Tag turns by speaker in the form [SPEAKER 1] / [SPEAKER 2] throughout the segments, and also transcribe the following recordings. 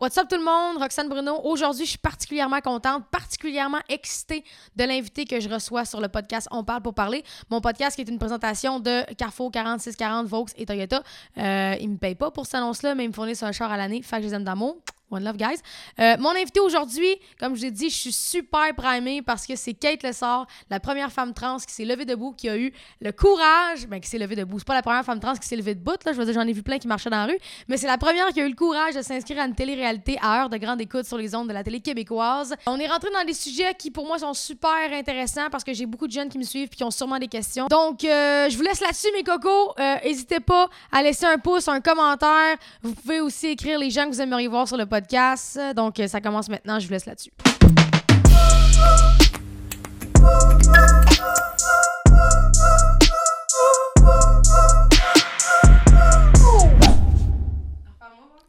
[SPEAKER 1] What's up tout le monde? Roxane Bruno. Aujourd'hui, je suis particulièrement contente, particulièrement excitée de l'invité que je reçois sur le podcast On parle pour parler. Mon podcast qui est une présentation de Carrefour 4640, Vaux et Toyota. Euh, ils me payent pas pour cette annonce-là, mais ils me fournissent un char à l'année. Fait que je les aime d'amour. One love, guys. Euh, mon invité aujourd'hui, comme je l'ai dit, je suis super primée parce que c'est Kate Lessard, la première femme trans qui s'est levée debout, qui a eu le courage, ben, qui s'est levée debout. C'est pas la première femme trans qui s'est levée debout, là. Je veux dire, j'en ai vu plein qui marchaient dans la rue. Mais c'est la première qui a eu le courage de s'inscrire à une télé-réalité à heure de grande écoute sur les ondes de la télé québécoise. On est rentré dans des sujets qui, pour moi, sont super intéressants parce que j'ai beaucoup de jeunes qui me suivent et qui ont sûrement des questions. Donc, euh, je vous laisse là-dessus, mes cocos. Euh, N'hésitez pas à laisser un pouce, un commentaire. Vous pouvez aussi écrire les gens que vous aimeriez voir sur le podcast. Donc, euh, ça commence maintenant. Je vous laisse là-dessus.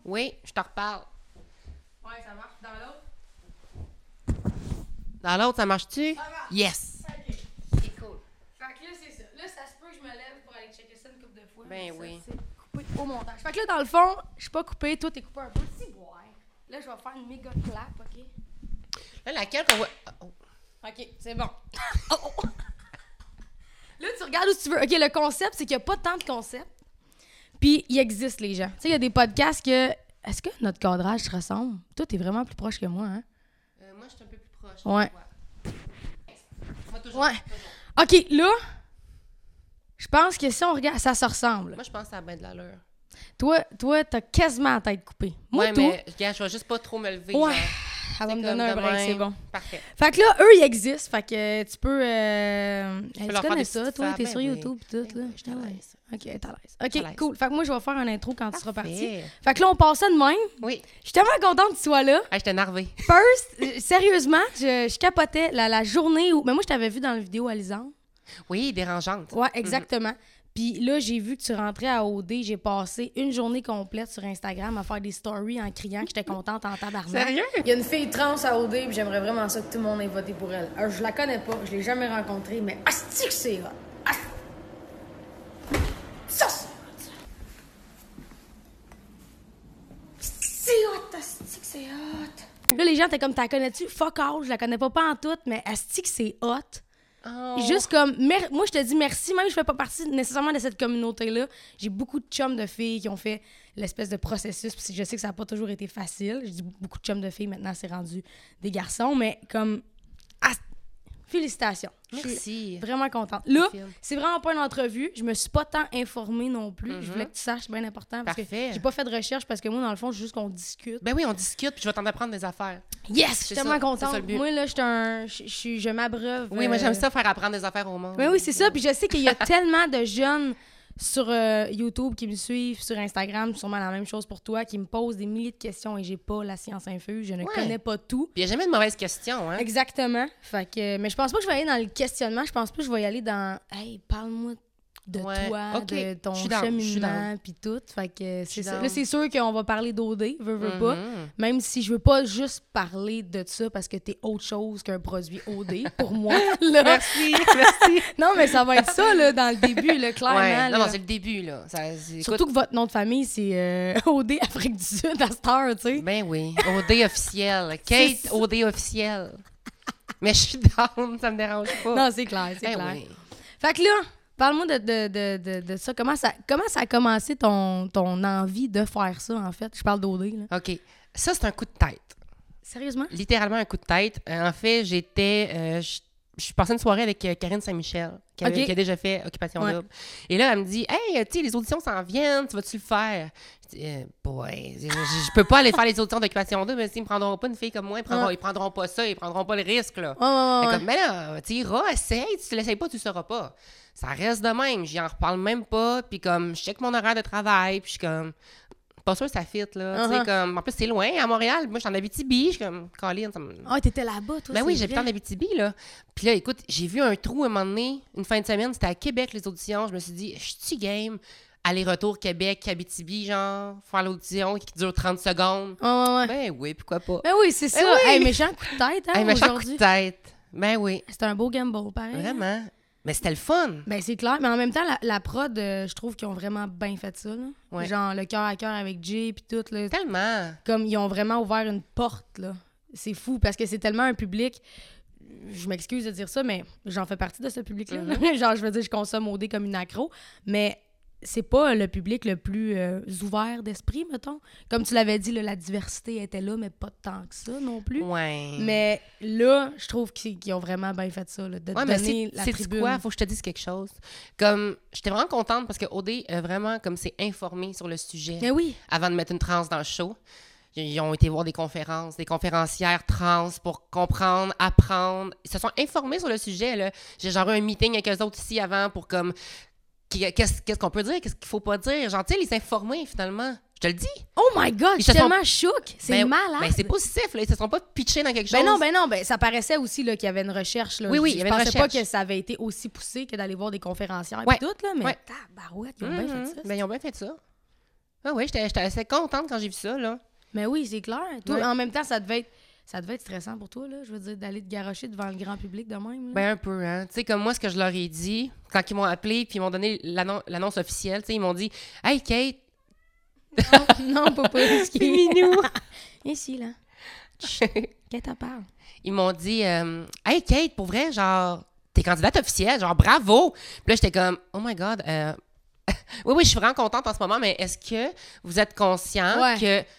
[SPEAKER 2] Oui, je te reparle.
[SPEAKER 1] Ouais, ça marche. Dans l'autre.
[SPEAKER 2] Dans l'autre, ça marche-tu?
[SPEAKER 1] marche.
[SPEAKER 2] Yes!
[SPEAKER 1] OK.
[SPEAKER 2] C'est cool.
[SPEAKER 1] Fait que là, c'est ça. Là, ça se peut que je me lève pour aller checker ça une couple de fois. mais
[SPEAKER 2] Ben
[SPEAKER 1] ça,
[SPEAKER 2] oui.
[SPEAKER 1] c'est coupé au montage. Fait que là, dans le fond, je suis pas coupée. Tout est coupé un peu. Si, boire. Là, je vais faire une méga clap, OK?
[SPEAKER 2] Là, laquelle qu'on voit. Oh,
[SPEAKER 1] OK, c'est bon. Oh, oh. Là, tu regardes où tu veux. OK, le concept, c'est qu'il n'y a pas tant de concepts. Puis, il existe, les gens. Tu sais, il y a des podcasts que. Est-ce que notre cadrage se ressemble? Toi, t'es vraiment plus proche que moi, hein?
[SPEAKER 2] Euh, moi, je suis un peu plus proche.
[SPEAKER 1] Ouais.
[SPEAKER 2] Moi, toujours,
[SPEAKER 1] Ouais.
[SPEAKER 2] toujours.
[SPEAKER 1] OK, là, je pense que si on regarde, ça se ressemble.
[SPEAKER 2] Moi, je pense que ça a bien de l'allure.
[SPEAKER 1] Toi, toi, t'as quasiment la tête coupée. Moi,
[SPEAKER 2] ouais,
[SPEAKER 1] tout.
[SPEAKER 2] mais regarde, je vais juste pas trop me lever.
[SPEAKER 1] Ouais.
[SPEAKER 2] genre.
[SPEAKER 1] Elle va
[SPEAKER 2] C'est
[SPEAKER 1] me
[SPEAKER 2] comme
[SPEAKER 1] donner un
[SPEAKER 2] de
[SPEAKER 1] break,
[SPEAKER 2] même.
[SPEAKER 1] c'est bon.
[SPEAKER 2] Parfait.
[SPEAKER 1] Fait que là, eux, ils existent. Fait que euh, tu peux. Euh... hey,
[SPEAKER 2] leur
[SPEAKER 1] tu
[SPEAKER 2] faire
[SPEAKER 1] connais
[SPEAKER 2] des
[SPEAKER 1] ça,
[SPEAKER 2] petites
[SPEAKER 1] toi?
[SPEAKER 2] affaires,
[SPEAKER 1] T'es
[SPEAKER 2] ben
[SPEAKER 1] sur
[SPEAKER 2] oui.
[SPEAKER 1] YouTube, tout,
[SPEAKER 2] Ben
[SPEAKER 1] là?
[SPEAKER 2] oui, je suis à
[SPEAKER 1] Ah ouais.
[SPEAKER 2] l'aise.
[SPEAKER 1] Ok, t'es à l'aise.
[SPEAKER 2] suis à
[SPEAKER 1] Ok,
[SPEAKER 2] l'aise.
[SPEAKER 1] cool. Fait que moi, je vais faire un intro quand tu seras parti.
[SPEAKER 2] Parfait.
[SPEAKER 1] Fait que là, on passait de même.
[SPEAKER 2] Oui.
[SPEAKER 1] Je suis tellement contente que tu sois là.
[SPEAKER 2] Ah, j'étais énervée.
[SPEAKER 1] First, euh, sérieusement, je, je capotais la, la journée où. Mais moi, je t'avais vu dans la vidéo à Lisande.
[SPEAKER 2] Oui, dérangeante.
[SPEAKER 1] Ouais, exactement. Puis là, j'ai vu que tu rentrais à OD. J'ai passé une journée complète sur Instagram à faire des stories en criant que j'étais contente en tabarnak.
[SPEAKER 2] Sérieux?
[SPEAKER 1] Il y a une fille trans à OD, puis j'aimerais vraiment ça que tout le monde ait voté pour elle. Euh, je la connais pas, je l'ai jamais rencontrée, mais asti que c'est hot! Asti- Ça, c'est hot! C'est hot, asti que c'est hot! Là, les gens étaient comme, t'as connais-tu? Fuck all, je la connais pas, pas en tout, mais asti que c'est hot!
[SPEAKER 2] Oh.
[SPEAKER 1] Juste comme, mer- moi, je te dis merci, même je fais pas partie nécessairement de cette communauté-là. J'ai beaucoup de chums de filles qui ont fait l'espèce de processus, puis je sais que ça n'a pas toujours été facile. Je dis beaucoup de chums de filles, maintenant, c'est rendu des garçons, mais comme, ah, félicitations. Je suis
[SPEAKER 2] Merci.
[SPEAKER 1] Vraiment contente. Là,
[SPEAKER 2] Film.
[SPEAKER 1] c'est vraiment pas une entrevue. Je me suis pas tant informée non plus. Je voulais que tu saches, c'est bien important, parce
[SPEAKER 2] Mm-hmm. Parfait.
[SPEAKER 1] que j'ai pas fait de recherche, parce que moi, dans le fond, je veux juste qu'on discute.
[SPEAKER 2] Ben oui, on discute, puis je vais t'en apprendre des affaires.
[SPEAKER 1] Yes! Je suis
[SPEAKER 2] ça,
[SPEAKER 1] tellement
[SPEAKER 2] c'est ça
[SPEAKER 1] contente.
[SPEAKER 2] le but.
[SPEAKER 1] Moi, là, je suis un- je- je- je m'abreuve.
[SPEAKER 2] Oui, moi,
[SPEAKER 1] euh,
[SPEAKER 2] j'aime ça, faire apprendre des affaires au monde.
[SPEAKER 1] Ben oui, oui, c'est ça. Puis je sais qu'il y a tellement de jeunes sur euh, YouTube qui me suivent, sur Instagram, sûrement la même chose pour toi, qui me posent des milliers de questions et j'ai pas la science infuse, je ne
[SPEAKER 2] Ouais.
[SPEAKER 1] connais pas tout.
[SPEAKER 2] Puis il n'y a jamais de mauvaise question, hein?
[SPEAKER 1] Exactement. Fait que, mais je pense pas que je vais aller dans le questionnement, je pense pas que je vais y aller dans Hey, parle-moi de
[SPEAKER 2] Ouais.
[SPEAKER 1] toi,
[SPEAKER 2] Ok.
[SPEAKER 1] de ton
[SPEAKER 2] Je suis down, je suis
[SPEAKER 1] cheminement,
[SPEAKER 2] down.
[SPEAKER 1] puis tout. Fait que c'est
[SPEAKER 2] suis
[SPEAKER 1] ça.
[SPEAKER 2] down.
[SPEAKER 1] Là, c'est sûr qu'on va parler d'OD, veux, veux pas.
[SPEAKER 2] Mhm.
[SPEAKER 1] Même si je veux pas juste parler de ça parce que t'es autre chose qu'un produit OD pour moi. Là.
[SPEAKER 2] Merci, merci.
[SPEAKER 1] Non, mais ça va être ça, là, dans le début, là, clairement.
[SPEAKER 2] Ouais.
[SPEAKER 1] là.
[SPEAKER 2] Non, non, c'est le début, là. Ça, c'est-
[SPEAKER 1] Surtout que votre nom de famille, c'est euh, OD Afrique du Sud à cette heure, tu sais.
[SPEAKER 2] Ben oui, OD officiel. Kate,
[SPEAKER 1] ça.
[SPEAKER 2] OD officiel. Mais je suis down, ça me dérange pas.
[SPEAKER 1] Non, c'est clair, c'est
[SPEAKER 2] Ben
[SPEAKER 1] clair.
[SPEAKER 2] oui.
[SPEAKER 1] Fait que là, parle-moi de, de, de, de, de ça. Comment, ça. comment ça a commencé ton, ton envie de faire ça, en fait? Je parle d'OD, là.
[SPEAKER 2] OK. Ça, c'est un coup de tête.
[SPEAKER 1] Sérieusement?
[SPEAKER 2] Littéralement un coup de tête. Euh, en fait, j'étais. euh, je- je suis passée une soirée avec euh, Karine Saint-Michel, qui, avait-
[SPEAKER 1] OK.
[SPEAKER 2] qui a déjà fait Occupation
[SPEAKER 1] Ouais.
[SPEAKER 2] Double. Et là, elle me dit Hey, euh, tu sais, les auditions s'en viennent, tu vas-tu le faire Je dis Euh, Boy, je, je- je peux pas aller faire les auditions d'Occupation 2, mais s'ils me prendront pas une fille comme moi, ils prendront,
[SPEAKER 1] Ouais.
[SPEAKER 2] ils prendront pas ça, ils prendront pas le risque, là.
[SPEAKER 1] Ouais, ouais,
[SPEAKER 2] Fait
[SPEAKER 1] Ah ouais, ouais.
[SPEAKER 2] comme, mais là, tu iras, essaye, tu l'essayes pas, tu le sauras pas. Ça reste de même, j'y en reparle même pas, puis comme, je check mon horaire de travail, puis je suis comme, pas sûr que ça fit, là. Tu sais,
[SPEAKER 1] Uh-huh.
[SPEAKER 2] comme, en plus, c'est loin, à Montréal, moi, je suis en Abitibi, je suis comme, Colin, ça me.
[SPEAKER 1] Ah, t'étais là-bas, toi.
[SPEAKER 2] Ben oui,
[SPEAKER 1] c'est
[SPEAKER 2] j'habite en
[SPEAKER 1] vrai.
[SPEAKER 2] Abitibi, là. Puis là, écoute, j'ai vu un trou un moment donné, une fin de semaine, c'était à Québec, les auditions, je me suis dit, je suis game, aller-retour Québec, Abitibi, genre, faire l'audition qui dure 30 secondes.
[SPEAKER 1] Ouais, ouais, ouais.
[SPEAKER 2] Ben oui, pourquoi pas.
[SPEAKER 1] Ben oui, c'est ça.
[SPEAKER 2] oui.
[SPEAKER 1] Hey, méchant coup de tête, hein,
[SPEAKER 2] Hey, méchant coup
[SPEAKER 1] aujourd'hui.
[SPEAKER 2] de tête. Ben oui.
[SPEAKER 1] C'était un beau gamble, pareil.
[SPEAKER 2] Vraiment. Mais c'était le fun.
[SPEAKER 1] Ben, c'est clair. Mais en même temps, la, la prod, euh, je trouve qu'ils ont vraiment bien fait ça. là.
[SPEAKER 2] Ouais.
[SPEAKER 1] Genre, le cœur à cœur avec Jay, puis tout. Là,
[SPEAKER 2] Tellement.
[SPEAKER 1] comme ils ont vraiment ouvert une porte là. C'est fou parce que c'est tellement un public je m'excuse de dire ça mais j'en fais partie de ce public là.
[SPEAKER 2] Mm-hmm.
[SPEAKER 1] Genre je veux dire je consomme au dé comme une accro mais c'est pas euh, le public le plus euh, ouvert d'esprit mettons. Comme tu l'avais dit là, la diversité était là mais pas tant que ça non plus.
[SPEAKER 2] Ouais.
[SPEAKER 1] Mais là, je trouve qu'ils qu'ils ont vraiment bien fait ça, là, de
[SPEAKER 2] Ouais, mais
[SPEAKER 1] donner
[SPEAKER 2] c'est
[SPEAKER 1] la
[SPEAKER 2] c'est-tu
[SPEAKER 1] tribune.
[SPEAKER 2] quoi? Faut que je te dise quelque chose. Comme, j'étais vraiment contente parce que OD, euh, vraiment, comme, s'est informé sur le sujet
[SPEAKER 1] Mais Ben oui,
[SPEAKER 2] avant de mettre une trans dans le show. Ils ils ont été voir des conférences, des conférencières trans pour comprendre, apprendre. Ils se sont informés sur le sujet. là. J'ai genre eu un meeting avec eux autres ici avant pour comme qui- qu'est-ce qu'est-ce qu'on peut dire, qu'est-ce qu'il faut pas dire. Genre, tu sais, les informer finalement. Je te le dis.
[SPEAKER 1] oh my god, je suis
[SPEAKER 2] se sont-
[SPEAKER 1] tellement choquée, c'est
[SPEAKER 2] Ben,
[SPEAKER 1] malade.
[SPEAKER 2] ben, c'est positif. Là. Ils se sont pas pitchés dans quelque chose.
[SPEAKER 1] Ben non, ben non, ben ça paraissait aussi là, qu'il y avait une recherche. Là.
[SPEAKER 2] Oui, oui,
[SPEAKER 1] Je-
[SPEAKER 2] il y
[SPEAKER 1] je
[SPEAKER 2] avait une
[SPEAKER 1] pensais pas
[SPEAKER 2] recherche.
[SPEAKER 1] que ça avait été aussi poussé que d'aller voir des conférencières
[SPEAKER 2] Ouais.
[SPEAKER 1] et tout, là, mais
[SPEAKER 2] Ouais.
[SPEAKER 1] tabarouette, ils ont bien fait
[SPEAKER 2] Mhm.
[SPEAKER 1] ça.
[SPEAKER 2] Ben, ils ont bien fait ça. Ah oui, j'étais j'étais assez contente quand j'ai vu ça. Là.
[SPEAKER 1] Mais oui, c'est clair. Toi,
[SPEAKER 2] Ouais.
[SPEAKER 1] En même temps, ça devait être ça devait être stressant pour toi, là, je veux dire, d'aller te garrocher devant le grand public de même. là.
[SPEAKER 2] Ben un peu, hein. Tu sais, comme moi, ce que je leur ai dit, quand ils m'ont appelé, puis ils m'ont donné l'annon- l'annonce officielle, tu sais, ils m'ont dit « Hey, Kate,
[SPEAKER 1] non, pas pas
[SPEAKER 2] c'est
[SPEAKER 1] risqué.
[SPEAKER 2] minou! »
[SPEAKER 1] Ici, là, qu'est-ce que t'en parles?
[SPEAKER 2] Ils m'ont dit euh, Hey, Kate, pour vrai, genre, t'es candidate officielle, genre, bravo! » Puis là, j'étais comme « Oh my God, euh, oui, oui, je suis vraiment contente en ce moment, mais est-ce que vous êtes conscient
[SPEAKER 1] Ouais.
[SPEAKER 2] que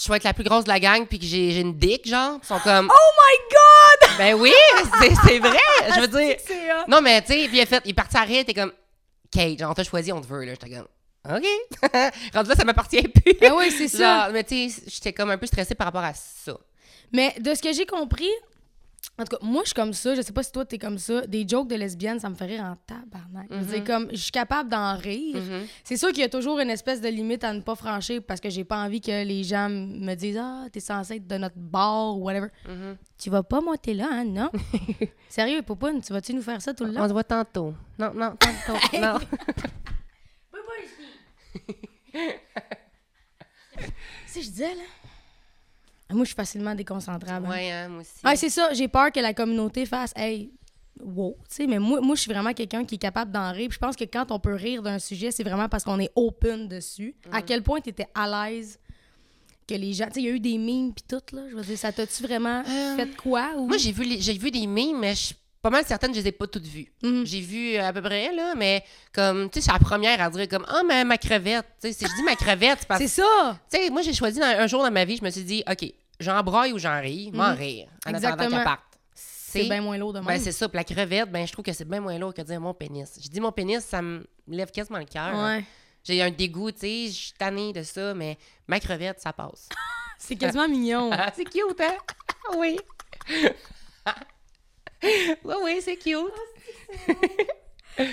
[SPEAKER 2] je vais être la plus grosse de la gang, puis que j'ai j'ai une dick, genre? » Ils sont comme
[SPEAKER 1] Oh my god!
[SPEAKER 2] « Ben oui, c'est c'est vrai! » Je veux dire...
[SPEAKER 1] C'est hot.
[SPEAKER 2] Non, mais tu sais, puis il a fait, il est parti à rire, t'es comme, Kate, genre, on t'a choisi, on te veut, là. J'étais comme, OK. Rendu là, ça m'appartient plus.
[SPEAKER 1] Ben oui, c'est ça.
[SPEAKER 2] Genre, mais tu sais, j'étais comme un peu stressée par rapport à ça.
[SPEAKER 1] Mais de ce que j'ai compris, en tout cas, moi, je suis comme ça. Je sais pas si toi, t'es comme ça. Des jokes de lesbiennes, ça me fait rire en tabarnak. Je veux dire, comme, je suis capable d'en rire. C'est sûr qu'il y a toujours une espèce de limite à ne pas franchir parce que j'ai pas envie que les gens m- me disent Ah, t'es censé être de notre bar ou whatever. Tu vas pas monter là, hein, non? Sérieux, Popoune, tu vas-tu nous faire ça tout le long?
[SPEAKER 2] On se voit tantôt. Non, non, tantôt. non.
[SPEAKER 1] Si je disais, là. Moi, je suis facilement déconcentrable. hein.
[SPEAKER 2] Ouais, hein, moi aussi.
[SPEAKER 1] Ah, c'est ça, j'ai peur que la communauté fasse hey wow, tu sais mais moi moi je suis vraiment quelqu'un qui est capable d'en rire. Puis Je pense que quand on peut rire d'un sujet, c'est vraiment parce qu'on est open dessus. À quel point tu étais à l'aise que les gens, tu sais il y a eu des mimes puis tout là, je veux dire ça t'a-tu vraiment
[SPEAKER 2] Euh,
[SPEAKER 1] fait de quoi ou
[SPEAKER 2] Moi, j'ai vu, les- j'ai vu des mimes, mais je suis pas mal certaine, je les ai pas toutes vues.
[SPEAKER 1] Mhm.
[SPEAKER 2] J'ai vu euh, à peu près, là, mais comme, tu sais, je suis la première à dire, comme, ah, mais ma crevette. Tu sais, si je dis ma crevette, c'est parce
[SPEAKER 1] C'est ça.
[SPEAKER 2] Tu sais, moi, j'ai choisi dans- un jour dans ma vie, je me suis dit, OK, j'en braille ou j'en ris, m'en rire, en attendant
[SPEAKER 1] Mhm. Exactement.
[SPEAKER 2] qu'elle parte.
[SPEAKER 1] C'est bien moins lourd de
[SPEAKER 2] Ben,
[SPEAKER 1] même.
[SPEAKER 2] c'est ça. Puis la crevette, ben, je trouve que c'est bien moins lourd que de dire mon pénis. Je dis mon pénis, ça me lève quasiment le cœur.
[SPEAKER 1] ouais.
[SPEAKER 2] J'ai un dégoût, tu sais, je suis tannée de ça, mais ma crevette, ça passe.
[SPEAKER 1] C'est quasiment mignon.
[SPEAKER 2] Ah, c'est cute, hein? Oui. oui, oui, c'est cute.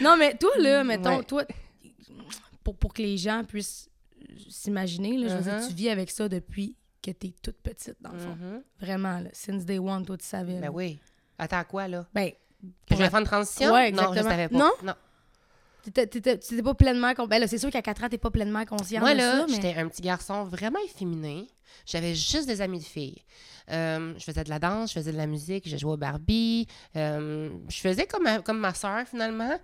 [SPEAKER 1] Non, mais toi, là, mettons,
[SPEAKER 2] Ouais.
[SPEAKER 1] toi, pour, pour que les gens puissent s'imaginer, là, je veux dire,
[SPEAKER 2] Mhm.
[SPEAKER 1] tu vis avec ça depuis que t'es toute petite, dans le fond.
[SPEAKER 2] Mhm.
[SPEAKER 1] Vraiment, là. Since day one, toi, tu savais. là.
[SPEAKER 2] Ben oui. Attends, quoi, là?
[SPEAKER 1] Ben,
[SPEAKER 2] Que je vais faire une transition?
[SPEAKER 1] Ouais,
[SPEAKER 2] non, je
[SPEAKER 1] exactement.
[SPEAKER 2] savais pas.
[SPEAKER 1] Non?
[SPEAKER 2] non.
[SPEAKER 1] t'étais- t'étais- tu n'étais pas pleinement... con- Ben là, c'est sûr qu'à 4 ans, t'es pas pleinement conscient
[SPEAKER 2] Moi,
[SPEAKER 1] de
[SPEAKER 2] là,
[SPEAKER 1] ça, mais...
[SPEAKER 2] j'étais un petit garçon vraiment efféminé. J'avais juste des amis de filles. Euh, je faisais de la danse, je faisais de la musique, je jouais au Barbie. Euh, je faisais comme ma, comme ma soeur, finalement.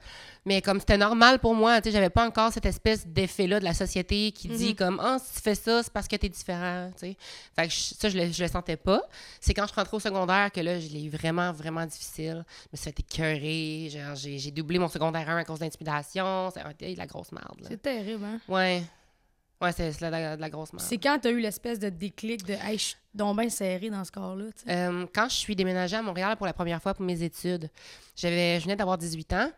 [SPEAKER 2] Mais comme c'était normal pour moi, tu sais, j'avais pas encore cette espèce d'effet-là de la société qui
[SPEAKER 1] Mhm.
[SPEAKER 2] dit comme, ah, si tu fais ça, c'est parce que t'es différent, tu sais. Fait que je- ça, je le, je le sentais pas. C'est quand je rentrais au secondaire que là, je l'ai eu vraiment, vraiment difficile. Je me suis fait écœurer. Genre, j'ai j'ai doublé mon secondaire 1 à cause d'intimidation. Ça a été de la grosse merde, là.
[SPEAKER 1] C'est terrible, hein?
[SPEAKER 2] Ouais. Ouais, c'est c'est de, la- de la grosse merde.
[SPEAKER 1] C'est quand t'as eu l'espèce de déclic de « Hey, je suis donc bien serré dans ce corps-là, tu sais.
[SPEAKER 2] Euh, quand je suis déménagée à Montréal pour la première fois pour mes études, j'avais, je venais d'avoir 18 ans.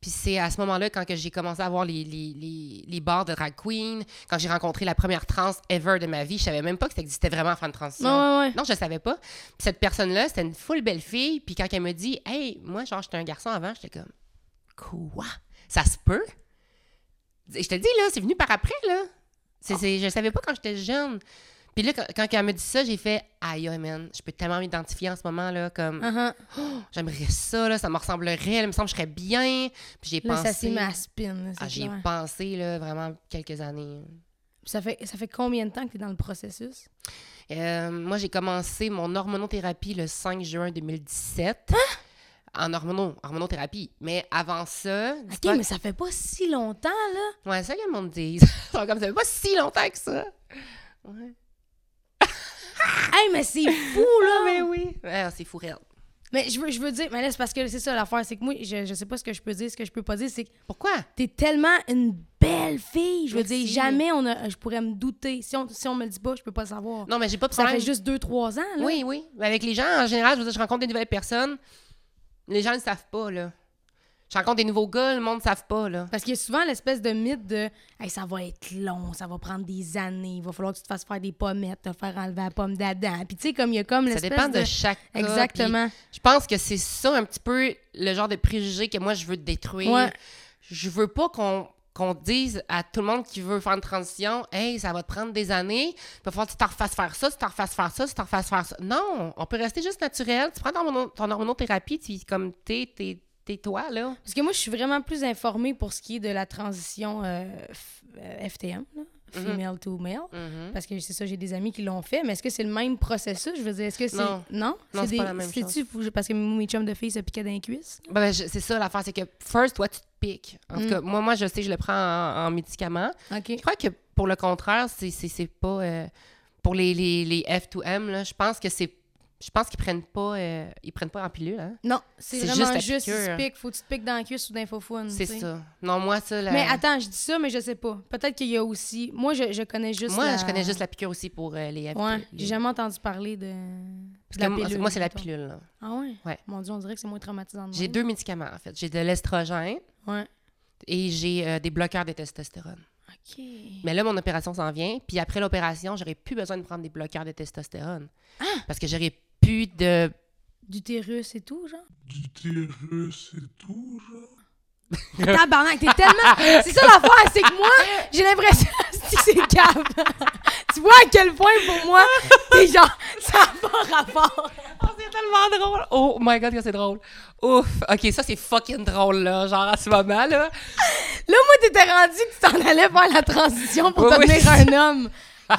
[SPEAKER 2] Puis c'est à ce moment-là, quand que j'ai commencé à voir les, les, les, les bars de drag queen, quand j'ai rencontré la première trans ever de ma vie, je savais même pas que ça existait vraiment faire une transition.
[SPEAKER 1] Non, ouais, ouais.
[SPEAKER 2] Non, je savais pas. Puis cette personne-là, c'était une full belle fille. Puis quand elle me dit, hey, moi, genre, j'étais un garçon avant, j'étais comme, quoi? Ça se peut? Je te dis, là, c'est venu par après, là. C'est, c'est- je savais pas quand j'étais jeune. Puis là, quand, quand elle me dit ça, j'ai fait, aïe, aïe, man, je peux tellement m'identifier en ce moment, là, comme,
[SPEAKER 1] Uh-huh.
[SPEAKER 2] j'aimerais ça, là, ça me ressemblerait, là, il me semble que je serais bien. Puis j'ai
[SPEAKER 1] Là,
[SPEAKER 2] pensé.
[SPEAKER 1] ça s'est mis à spin, là, c'est
[SPEAKER 2] Ah, j'ai
[SPEAKER 1] clair.
[SPEAKER 2] pensé, là, vraiment quelques années.
[SPEAKER 1] ça, fait, ça fait combien de temps que t'es dans le processus? Hein?
[SPEAKER 2] Euh, moi, j'ai commencé mon hormonothérapie le 5 juin 2017. en hormono, hormonothérapie. Mais avant ça, dis
[SPEAKER 1] OK,
[SPEAKER 2] pas-
[SPEAKER 1] mais ça fait pas si longtemps, là.
[SPEAKER 2] ouais, c'est ça que le monde dit. Ils sont comme ça fait pas si longtemps que ça. Ouais.
[SPEAKER 1] Hey, mais c'est fou,
[SPEAKER 2] Ah,
[SPEAKER 1] là.
[SPEAKER 2] mais oui. Ouais, c'est fou réel.
[SPEAKER 1] Mais je veux, je veux dire, mais là, c'est parce que c'est ça l'affaire, c'est que moi, je, je sais pas ce que je peux dire, ce que je peux pas dire, c'est que
[SPEAKER 2] Pourquoi?
[SPEAKER 1] t'es tellement une belle fille. Je veux
[SPEAKER 2] Merci.
[SPEAKER 1] dire, jamais on a, je pourrais me douter. Si on, si on me le dit pas, je peux pas le savoir.
[SPEAKER 2] Non, mais j'ai pas de
[SPEAKER 1] ça
[SPEAKER 2] problème.
[SPEAKER 1] fait juste 2-3 ans, là.
[SPEAKER 2] Oui, oui. Mais avec les gens, en général, je veux dire, je rencontre des nouvelles personnes. Les gens ne le savent pas, là. Je rencontre des nouveaux gars, le monde ne savent pas, là.
[SPEAKER 1] Parce qu'il y a souvent l'espèce de mythe de hey, ça va être long, ça va prendre des années, il va falloir que tu te fasses faire des pommettes, te faire enlever la pomme d'Adam. Puis tu sais, comme il y a comme
[SPEAKER 2] Ça
[SPEAKER 1] l'espèce
[SPEAKER 2] dépend de, chaque cas,
[SPEAKER 1] Exactement.
[SPEAKER 2] puis Je pense que c'est ça un petit peu le genre de préjugé que moi, je veux détruire.
[SPEAKER 1] Ouais.
[SPEAKER 2] Je veux pas qu'on qu'on dise à tout le monde qui veut faire une transition, « Hey, ça va te prendre des années, il va falloir que tu t'en refasses faire ça, tu t'en refasses faire ça, tu t'en refasses faire ça. » Non, on peut rester juste naturel. Tu prends ton, hormono- ton hormonothérapie, tu comme t'es t'es- t'es toi, là.
[SPEAKER 1] Parce que moi, je suis vraiment plus informée pour ce qui est de la transition euh, f- euh, FTM, là,
[SPEAKER 2] Mhm.
[SPEAKER 1] female to male. Parce que c'est ça, j'ai des amis qui l'ont fait, mais est-ce que c'est le même processus? Je veux dire, est-ce que c'est.
[SPEAKER 2] Non.
[SPEAKER 1] Non,
[SPEAKER 2] Non, c'est
[SPEAKER 1] des-
[SPEAKER 2] pas la même
[SPEAKER 1] c'est-tu fou- parce que mes chums de filles se piquaient dans les cuisses.
[SPEAKER 2] Ben, ben, je- c'est ça l'affaire, c'est que first, toi, tu te piques. En tout
[SPEAKER 1] Mm.
[SPEAKER 2] cas, moi, moi, je sais, je le prends en, en médicament.
[SPEAKER 1] OK.
[SPEAKER 2] Je crois que pour le contraire, c'est- c'est c'est pas. euh, pour les, les, les F2M, là, je pense que c'est. Je pense qu'ils prennent pas. euh, ils prennent pas en pilule, hein.
[SPEAKER 1] Non, c'est
[SPEAKER 2] C'est
[SPEAKER 1] vraiment
[SPEAKER 2] juste la
[SPEAKER 1] juste, si tu
[SPEAKER 2] piqûre.
[SPEAKER 1] piques, faut que tu te piques dans la cuisse ou dans les faufounes,
[SPEAKER 2] C'est
[SPEAKER 1] Mm, tu sais.
[SPEAKER 2] ça. Non, moi, ça. la-
[SPEAKER 1] Mais attends, je dis ça, mais je sais pas. Peut-être qu'il y a aussi. Moi, je, je connais juste.
[SPEAKER 2] moi,
[SPEAKER 1] la-
[SPEAKER 2] je connais juste la piqûre aussi pour euh, les F2.
[SPEAKER 1] Ouais,
[SPEAKER 2] les-
[SPEAKER 1] j'ai jamais entendu parler de. de
[SPEAKER 2] parce que
[SPEAKER 1] la
[SPEAKER 2] moi,
[SPEAKER 1] pilule,
[SPEAKER 2] moi, c'est la
[SPEAKER 1] mettons.
[SPEAKER 2] pilule. là.
[SPEAKER 1] Ah ouais?
[SPEAKER 2] Ouais.
[SPEAKER 1] Mon Dieu, on dirait que c'est moins traumatisant. de
[SPEAKER 2] J'ai
[SPEAKER 1] même.
[SPEAKER 2] deux médicaments, en fait. J'ai de l'estrogène
[SPEAKER 1] Ouais.
[SPEAKER 2] et j'ai euh, des bloqueurs de testostérone.
[SPEAKER 1] OK.
[SPEAKER 2] Mais là, mon opération s'en vient. Puis après l'opération, j'aurais plus besoin de prendre des bloqueurs de testostérone.
[SPEAKER 1] Ah!
[SPEAKER 2] Parce que j'aurais plus de.
[SPEAKER 1] D'utérus et tout, genre.
[SPEAKER 3] D'utérus et tout, genre.
[SPEAKER 1] Tabarnak, t'es tellement. C'est ça l'affaire, c'est que moi, j'ai l'impression que c'est cave. tu vois à quel point pour moi, t'es genre, ça n'a pas rapport.
[SPEAKER 2] Oh, c'est tellement drôle! Oh my god, que c'est drôle! Ouf! Ok, ça, c'est fucking drôle, là. Genre, à ce moment,
[SPEAKER 1] Là,
[SPEAKER 2] là.
[SPEAKER 1] moi, t'étais rendu que tu t'en allais faire la transition pour
[SPEAKER 2] Oui, oui,
[SPEAKER 1] devenir
[SPEAKER 2] c'est-
[SPEAKER 1] un homme.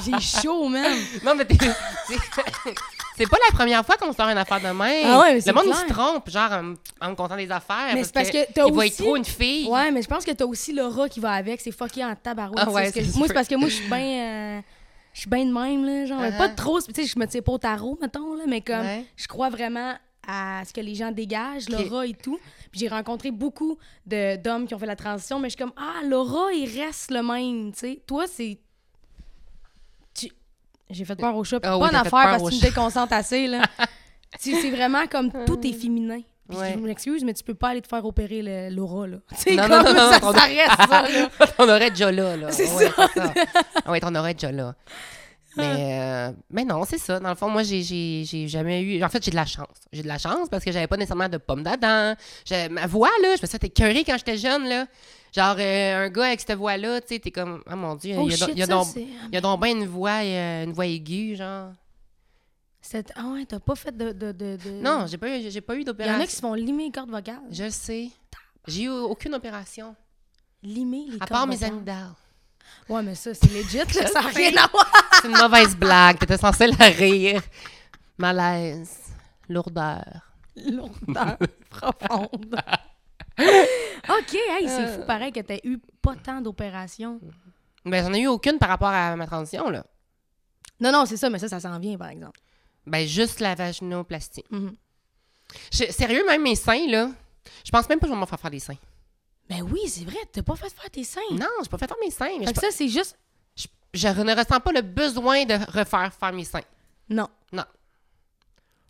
[SPEAKER 1] J'ai chaud, même.
[SPEAKER 2] Non, mais t'es. c'est- C'est pas la première fois qu'on sort une affaire de même.
[SPEAKER 1] Ah ouais, mais c'est
[SPEAKER 2] Le monde,
[SPEAKER 1] clair.
[SPEAKER 2] il se trompe, genre, en, en me contant des affaires.
[SPEAKER 1] Mais c'est parce que t'as
[SPEAKER 2] Il voit
[SPEAKER 1] aussi-
[SPEAKER 2] trop une fille.
[SPEAKER 1] Ouais, mais je pense que t'as aussi l'aura qui va avec. C'est fucké en tabarouette.
[SPEAKER 2] Ah
[SPEAKER 1] c'est
[SPEAKER 2] ouais,
[SPEAKER 1] ce que-
[SPEAKER 2] ça se
[SPEAKER 1] moi,
[SPEAKER 2] peut.
[SPEAKER 1] c'est parce que moi, je suis bien. euh, je suis bien de même, là. Genre,
[SPEAKER 2] Uh-huh.
[SPEAKER 1] pas trop. Tu sais, je me tire pas au tarot, mettons, là. Mais comme,
[SPEAKER 2] Ouais.
[SPEAKER 1] je crois vraiment à ce que les gens dégagent,
[SPEAKER 2] Ok.
[SPEAKER 1] l'aura et tout. Puis j'ai rencontré beaucoup de- d'hommes qui ont fait la transition, mais je suis comme, ah, l'aura, il reste le même, tu sais. Toi, c'est. tu- J'ai fait peur au chat.
[SPEAKER 2] Ah oui,
[SPEAKER 1] Bonne
[SPEAKER 2] t'as fait
[SPEAKER 1] affaire
[SPEAKER 2] peur
[SPEAKER 1] parce
[SPEAKER 2] au
[SPEAKER 1] que tu me
[SPEAKER 2] chat.
[SPEAKER 1] déconcentres assez, là. Tu sais, c'est vraiment comme tout est féminin. Puis
[SPEAKER 2] Ouais.
[SPEAKER 1] Je m'excuse, mais tu peux pas aller te faire opérer le- l'aura, là. Tu sais,
[SPEAKER 2] Non,
[SPEAKER 1] comme
[SPEAKER 2] non, non,
[SPEAKER 1] ça,
[SPEAKER 2] non,
[SPEAKER 1] ça reste ça, là.
[SPEAKER 2] on aurait déjà là, là.
[SPEAKER 1] C'est
[SPEAKER 2] Ouais,
[SPEAKER 1] ça.
[SPEAKER 2] Ah ouais, on aurait déjà là. Mais, euh, mais non, c'est ça. Dans le fond, moi, j'ai- j'ai j'ai jamais eu. En fait, j'ai de la chance. J'ai de la chance parce que j'avais pas nécessairement de pommes d'Adam. J'avais- Ma voix, là, je me suis fait écœurer quand j'étais jeune, là. Genre, euh, un gars avec cette voix-là, tu sais, t'es comme, ah mon Dieu,
[SPEAKER 1] Oh
[SPEAKER 2] il y a, donc-
[SPEAKER 1] shit,
[SPEAKER 2] il y a
[SPEAKER 1] ça,
[SPEAKER 2] donc-
[SPEAKER 1] c'est-
[SPEAKER 2] il y a donc bien une voix, euh, une voix aiguë, genre.
[SPEAKER 1] c'est- Ah ouais, t'as pas fait de... de, de, de-
[SPEAKER 2] Non, j'ai pas eu, j'ai pas eu
[SPEAKER 1] Mm. Il y en a qui
[SPEAKER 2] d'opération.
[SPEAKER 1] se font limer les cordes vocales.
[SPEAKER 2] Je sais. J'ai eu aucune opération.
[SPEAKER 1] Limer les cordes
[SPEAKER 2] À part mes
[SPEAKER 1] vocales.
[SPEAKER 2] amygdales.
[SPEAKER 1] Ouais, mais ça, c'est legit, là, ça n'a
[SPEAKER 2] sais.
[SPEAKER 1] rien à voir.
[SPEAKER 2] C'est une mauvaise blague. T'étais censé la rire. Malaise. Lourdeur.
[SPEAKER 1] Longtemps, profonde. OK, hey, c'est fou pareil que t'as eu pas tant d'opérations.
[SPEAKER 2] Ben, j'en ai eu aucune par rapport à ma transition, là.
[SPEAKER 1] Non, non, c'est ça, mais ça, ça s'en vient, par exemple.
[SPEAKER 2] Ben, juste la vaginoplastie.
[SPEAKER 1] Mhm.
[SPEAKER 2] Je- sérieux, même mes seins, là, je pense même pas que je vais m'en faire faire des seins.
[SPEAKER 1] Ben oui, c'est vrai, t'as pas fait faire tes seins.
[SPEAKER 2] Non, je peux pas faire mes seins.
[SPEAKER 1] Hmm.
[SPEAKER 2] Mais
[SPEAKER 1] Fait
[SPEAKER 2] je,
[SPEAKER 1] que ça, c'est juste...
[SPEAKER 2] je- je ne ressens pas le besoin de refaire faire mes seins.
[SPEAKER 1] Non.
[SPEAKER 2] Non.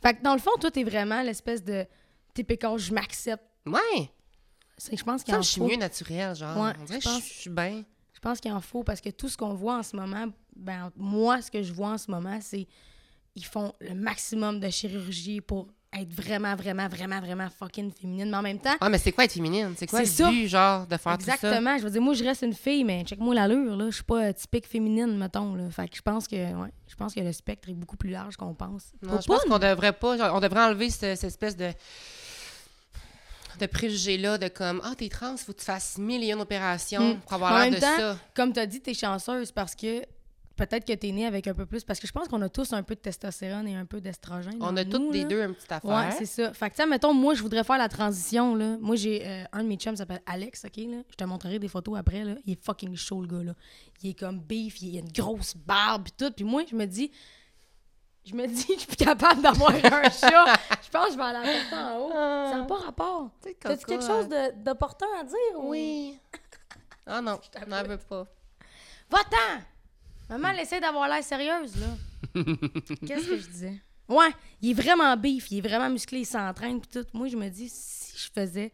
[SPEAKER 1] Fait que dans le fond, toi, t'es vraiment l'espèce de... T'es pécor, je m'accepte.
[SPEAKER 2] Ouais.
[SPEAKER 1] C'est- Je pense qu'il
[SPEAKER 2] Ça,
[SPEAKER 1] en
[SPEAKER 2] je suis
[SPEAKER 1] faut.
[SPEAKER 2] mieux naturelle, genre.
[SPEAKER 1] Ouais,
[SPEAKER 2] On dirait
[SPEAKER 1] je
[SPEAKER 2] que je
[SPEAKER 1] pense.
[SPEAKER 2] je suis bien.
[SPEAKER 1] Je pense qu'il en faut parce que tout ce qu'on voit en ce moment, ben moi, ce que je vois en ce moment, c'est ils font le maximum de chirurgie pour être vraiment, vraiment, vraiment, vraiment fucking féminine. Mais en même temps,
[SPEAKER 2] Ah, mais c'est quoi être féminine? C'est quoi le
[SPEAKER 1] C'est ça.
[SPEAKER 2] but, genre, de faire tout Ah, ça?
[SPEAKER 1] exactement, je veux dire, moi, je reste une fille, mais check-moi l'allure, là. Je suis pas euh, typique féminine, mettons, là. Fait que je pense que, ouais, je pense que le spectre est beaucoup plus large qu'on pense.
[SPEAKER 2] Non,
[SPEAKER 1] Faut
[SPEAKER 2] je pense
[SPEAKER 1] pas-
[SPEAKER 2] qu'on devrait pas. genre, on devrait enlever ce- cette espèce de de préjugé là de comme ah t'es trans faut que tu fasses mille et une opérations
[SPEAKER 1] Mm.
[SPEAKER 2] pour avoir
[SPEAKER 1] En
[SPEAKER 2] l'air
[SPEAKER 1] même
[SPEAKER 2] de
[SPEAKER 1] temps,
[SPEAKER 2] ça
[SPEAKER 1] Comme t'as dit, t'es chanceuse parce que peut-être que t'es né avec un peu plus, parce que je pense qu'on a tous un peu de testostérone et un peu d'estrogène.
[SPEAKER 2] On
[SPEAKER 1] dans
[SPEAKER 2] a
[SPEAKER 1] nous,
[SPEAKER 2] toutes des
[SPEAKER 1] là.
[SPEAKER 2] deux un petit affaire.
[SPEAKER 1] Ouais, c'est ça. Fait que, tu sais, mettons, moi, je voudrais faire la transition, là. Moi, j'ai euh, un de mes chums s'appelle Alex, OK, là. Je te montrerai des photos après, là. Il est fucking chaud, le gars, là. Il est comme beef, il a une grosse barbe, pis tout. Puis moi, je me dis... Je me dis, je suis plus capable d'avoir un chat. Je pense que je vais aller apporter en haut.
[SPEAKER 2] Ah.
[SPEAKER 1] Ça n'a pas rapport.
[SPEAKER 2] C'est
[SPEAKER 1] T'as-tu quelque chose de, de porteur à dire? ou-
[SPEAKER 2] Oui. Ah non, je n'en veux pas.
[SPEAKER 1] Va-t'en! Maman, elle essaie d'avoir l'air sérieuse, là. Qu'est-ce que je disais? Ouais, il est vraiment bif, il est vraiment musclé, il s'entraîne, pis tout. Moi, je me dis, si je faisais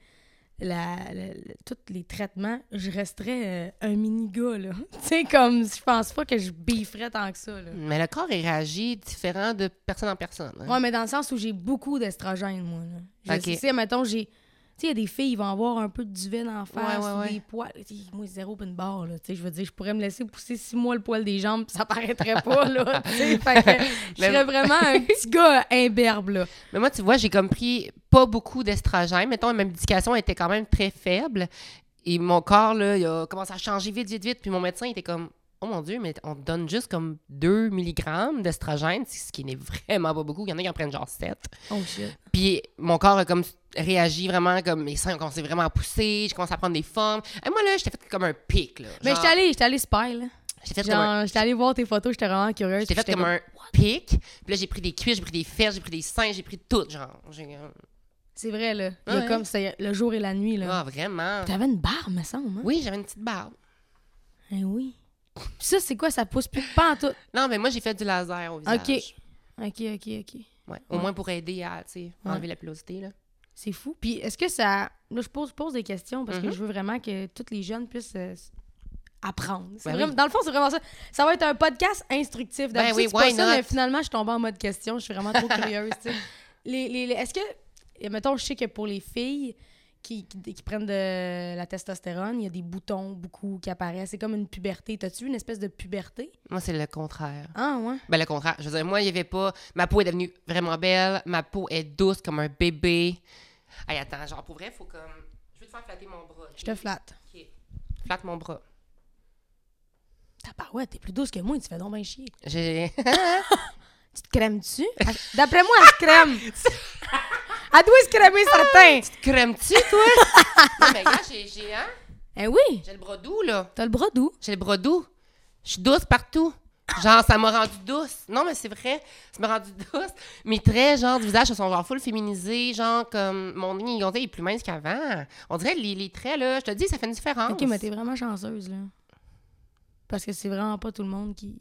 [SPEAKER 1] la, la- la- tous les traitements, je resterais euh, un mini-gars, là. tu sais, comme, je pense pas que je bifferais tant que ça, là.
[SPEAKER 2] Mais le corps il réagit différent de personne en personne. hein.
[SPEAKER 1] Ouais, mais dans le sens où j'ai beaucoup d'estrogène, moi, là. Je
[SPEAKER 2] Ok.
[SPEAKER 1] sais, mettons, j'ai... Tu sais, il y a des filles, ils vont avoir un peu de duvet en face,
[SPEAKER 2] ouais,
[SPEAKER 1] ou
[SPEAKER 2] ouais.
[SPEAKER 1] des poils. Tu sais, Moi, zéro pis une barre, là. Tu sais, je veux dire, je pourrais me laisser pousser six mois le poil des jambes, pis ça paraîtrait pas, là. Tu sais, fait que je serais vraiment un petit gars imberbe, là.
[SPEAKER 2] Mais moi, tu vois, j'ai comme pris pas beaucoup d'estrogène. Mettons, ma médication était quand même très faible. Et mon corps, là, il a commencé à changer vite, vite, vite. Puis mon médecin, il était comme, oh mon Dieu, mais on te donne juste comme 2 mg d'estrogène, ce qui n'est vraiment pas beaucoup. Il y en a qui en prennent genre 7.
[SPEAKER 1] Oh shit.
[SPEAKER 2] Puis mon corps a comme réagi vraiment, comme mes seins ont commencé vraiment à pousser. Je commence à prendre des formes. Et moi, là, j'étais faite comme un pic, là.
[SPEAKER 1] Mais
[SPEAKER 2] Genre,
[SPEAKER 1] j'étais allée, j'étais allée spy, là.
[SPEAKER 2] j'étais faite comme un-
[SPEAKER 1] Genre, j'étais allée voir tes photos, j'étais vraiment curieuse.
[SPEAKER 2] J'étais
[SPEAKER 1] pis
[SPEAKER 2] faite comme un pic. Puis là, j'ai pris des cuisses, j'ai pris des fesses, j'ai pris des seins, j'ai pris tout, genre. J'ai-
[SPEAKER 1] C'est vrai, là. Il y a
[SPEAKER 2] Ouais.
[SPEAKER 1] comme, c'est le jour et la nuit, là.
[SPEAKER 2] Ah, vraiment.
[SPEAKER 1] T'avais une barre, me semble, hein?
[SPEAKER 2] Oui, j'avais une petite barbe.
[SPEAKER 1] Eh oui. Pis ça, c'est quoi? Ça pousse plus pas en tout.
[SPEAKER 2] Non, mais moi, j'ai fait du laser au visage.
[SPEAKER 1] Ok. OK, OK, OK.
[SPEAKER 2] Ouais, au moins pour aider à tu sais, enlever la pilosité. Là.
[SPEAKER 1] C'est fou. Puis est-ce que ça. Là, je pose, je pose des questions parce
[SPEAKER 2] Mhm.
[SPEAKER 1] que je veux vraiment que tous les jeunes puissent euh, s- apprendre. C'est
[SPEAKER 2] Ben
[SPEAKER 1] vraiment-
[SPEAKER 2] oui. Ben
[SPEAKER 1] Dans le fond, c'est vraiment ça. Ça va être un podcast instructif. D'habitude,
[SPEAKER 2] oui,
[SPEAKER 1] c'est pas
[SPEAKER 2] why
[SPEAKER 1] ça,
[SPEAKER 2] not?
[SPEAKER 1] mais finalement, je suis tombée en mode question. Je suis vraiment trop curieuse. tu sais. les, les- les- est-ce que. et Mettons, je sais que pour les filles qui, qui- qui prennent de la testostérone, il y a des boutons beaucoup qui apparaissent. C'est comme une puberté. T'as-tu une espèce de puberté?
[SPEAKER 2] Moi, c'est le contraire.
[SPEAKER 1] Ah, ouais.
[SPEAKER 2] Ben, le contraire. Je veux dire, moi, il n'y avait pas. Ma peau est devenue vraiment belle. Ma peau est douce comme un bébé. Hey, attends, genre, pour vrai, faut comme. Je vais te faire flatter mon bras.
[SPEAKER 1] Je te flatte.
[SPEAKER 2] Flatte mon bras.
[SPEAKER 1] T'as pas, ouais, t'es plus douce que moi, tu fais donc bien chier.
[SPEAKER 2] J'ai.
[SPEAKER 1] Tu te crèmes-tu? Elle- D'après moi, elle se crème. elle doit se crémer, certain.
[SPEAKER 2] Crèmes-tu, toi? non, mais gars, j'ai, j'ai, hein?
[SPEAKER 1] Eh oui,
[SPEAKER 2] j'ai le bras doux, là.
[SPEAKER 1] t'as le bras doux.
[SPEAKER 2] J'ai le bras doux. Je suis douce partout. Genre, ça m'a rendue douce. Non, mais c'est vrai. Ça m'a rendue douce. Mes traits, genre, du visage, sont genre full féminisés. Genre, comme mon nez, on dirait, il est plus mince qu'avant. On dirait, les, les traits, là, je te dis, ça fait une différence.
[SPEAKER 1] OK, mais t'es vraiment chanceuse, là. Parce que c'est vraiment pas tout le monde qui...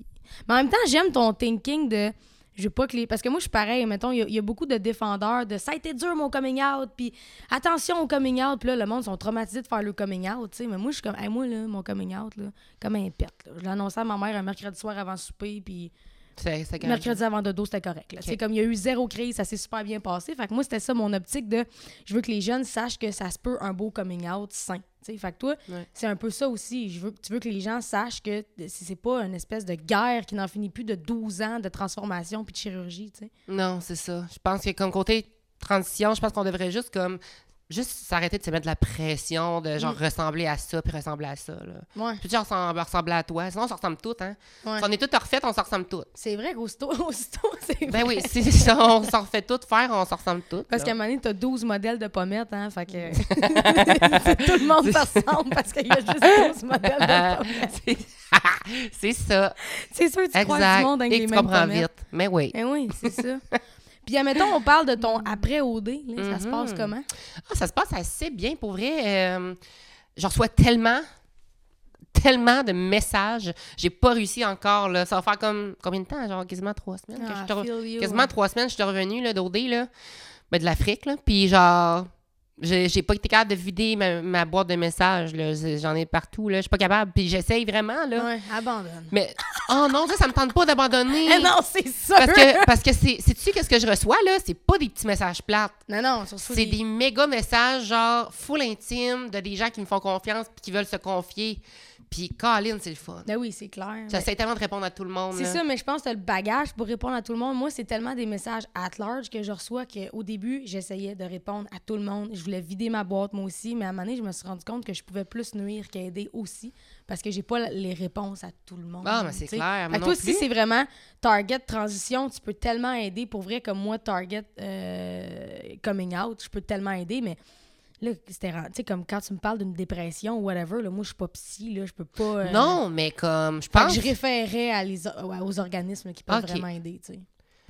[SPEAKER 1] Mais en même temps, j'aime ton thinking de... Je veux pas que les... Parce que moi, je suis pareil, mettons, il y a- il y, a beaucoup de défendeurs de « ça a été dur, mon coming out », puis « attention au coming out », puis là, le monde sont traumatisés de faire le coming out, tu sais. Mais moi, je suis comme Hey, moi, là, mon coming out, là, comme un pet, là. Je l'annonçais à ma mère un mercredi soir avant le souper, puis...
[SPEAKER 2] C'est, c'est quand même-
[SPEAKER 1] mercredi avant dodo, c'était correct. là. C'est comme il y a eu zéro crise, ça s'est super bien passé. Fait que moi, c'était ça mon optique de je veux que les jeunes sachent que ça se peut un beau coming out sain. tu sais. Fait que toi,
[SPEAKER 2] Ouais.
[SPEAKER 1] c'est un peu ça aussi. Je veux, tu veux que les gens sachent que c'est c'est pas une espèce de guerre qui n'en finit plus de 12 ans de transformation puis de chirurgie. tu sais.
[SPEAKER 2] Non, c'est ça. Je pense que, comme côté transition, je pense qu'on devrait juste, comme, juste s'arrêter de se mettre de la pression, de
[SPEAKER 1] Mm.
[SPEAKER 2] genre ressembler à ça, puis ressembler à ça, là.
[SPEAKER 1] Ouais.
[SPEAKER 2] Puis, genre, ressembler à toi. Sinon, on se ressemble toutes, hein.
[SPEAKER 1] Ouais.
[SPEAKER 2] Si on est toutes refaites, on se ressemble toutes.
[SPEAKER 1] C'est vrai qu'aussitôt, aussitôt, c'est vrai.
[SPEAKER 2] Ben oui, c'est ça, on s'en refait tout faire, on s'en ressemble toutes.
[SPEAKER 1] Parce
[SPEAKER 2] là.
[SPEAKER 1] qu'à un moment donné, t'as 12 modèles de pommettes, hein, fait que... tout le monde se ressemble parce qu'il y a juste 12 modèles de pommettes.
[SPEAKER 2] C'est- c'est ça.
[SPEAKER 1] C'est sûr, tu crois
[SPEAKER 2] Exact.
[SPEAKER 1] du monde avec
[SPEAKER 2] Et
[SPEAKER 1] les
[SPEAKER 2] tu
[SPEAKER 1] mêmes
[SPEAKER 2] comprends
[SPEAKER 1] pommettes.
[SPEAKER 2] vite. Mais oui.
[SPEAKER 1] Eh oui, c'est ça. Puis, admettons, on parle de ton après-OD. là, Ça se
[SPEAKER 2] Mhm.
[SPEAKER 1] passe comment?
[SPEAKER 2] Ah, ça se passe assez bien pour vrai. Euh, J'en reçois tellement, tellement de messages. J'ai pas réussi encore. Là. Ça va faire comme combien de temps? Genre quasiment trois semaines. que
[SPEAKER 1] Ah,
[SPEAKER 2] je te re-
[SPEAKER 1] feel you,
[SPEAKER 2] Quasiment
[SPEAKER 1] ouais.
[SPEAKER 2] trois semaines, je suis revenue là, d'OD, là. Ben, de l'Afrique, là. Puis genre. J'ai j'ai pas été capable de vider ma, ma boîte de messages. là. J'en ai partout. là. Je suis pas capable. Puis j'essaye vraiment. Là.
[SPEAKER 1] Ouais, abandonne.
[SPEAKER 2] Mais oh non, ça, ça me tente pas d'abandonner.
[SPEAKER 1] Eh non, c'est sûr!
[SPEAKER 2] Parce que, parce que c'est, sais-tu qu'est-ce que je reçois, là? C'est pas des petits messages plates.
[SPEAKER 1] Non, non, surtout
[SPEAKER 2] C'est
[SPEAKER 1] les-
[SPEAKER 2] des méga messages, genre, full intime, de des gens qui me font confiance puis qui veulent se confier. Puis Colin, c'est le fun.
[SPEAKER 1] Ben oui, c'est clair. mais-
[SPEAKER 2] J'essaie tellement de répondre à tout le monde.
[SPEAKER 1] C'est
[SPEAKER 2] là.
[SPEAKER 1] ça, mais je pense que t'as le bagage pour répondre à tout le monde. Moi, c'est tellement des messages at large que je reçois qu'au début, j'essayais de répondre à tout le monde. Je voulais vider ma boîte, moi aussi, mais à un moment donné, je me suis rendu compte que je pouvais plus nuire qu'aider aussi parce que j'ai pas la- les réponses à tout le monde.
[SPEAKER 2] Ah, mais c'est
[SPEAKER 1] tu sais.
[SPEAKER 2] clair, moi
[SPEAKER 1] Fait que
[SPEAKER 2] non
[SPEAKER 1] toi, si
[SPEAKER 2] plus.
[SPEAKER 1] c'est vraiment Target Transition, tu peux tellement aider. Pour vrai, comme moi, Target euh, Coming Out, je peux tellement aider, mais. Là, c'était rend- tu sais, comme quand tu me parles d'une dépression ou whatever, là, moi, je suis pas psy, là, je peux pas... euh,
[SPEAKER 2] Non, mais comme, je
[SPEAKER 1] fait que
[SPEAKER 2] pense.
[SPEAKER 1] je référais à les o- ouais, aux organismes qui peuvent
[SPEAKER 2] Ok.
[SPEAKER 1] vraiment aider, tu sais.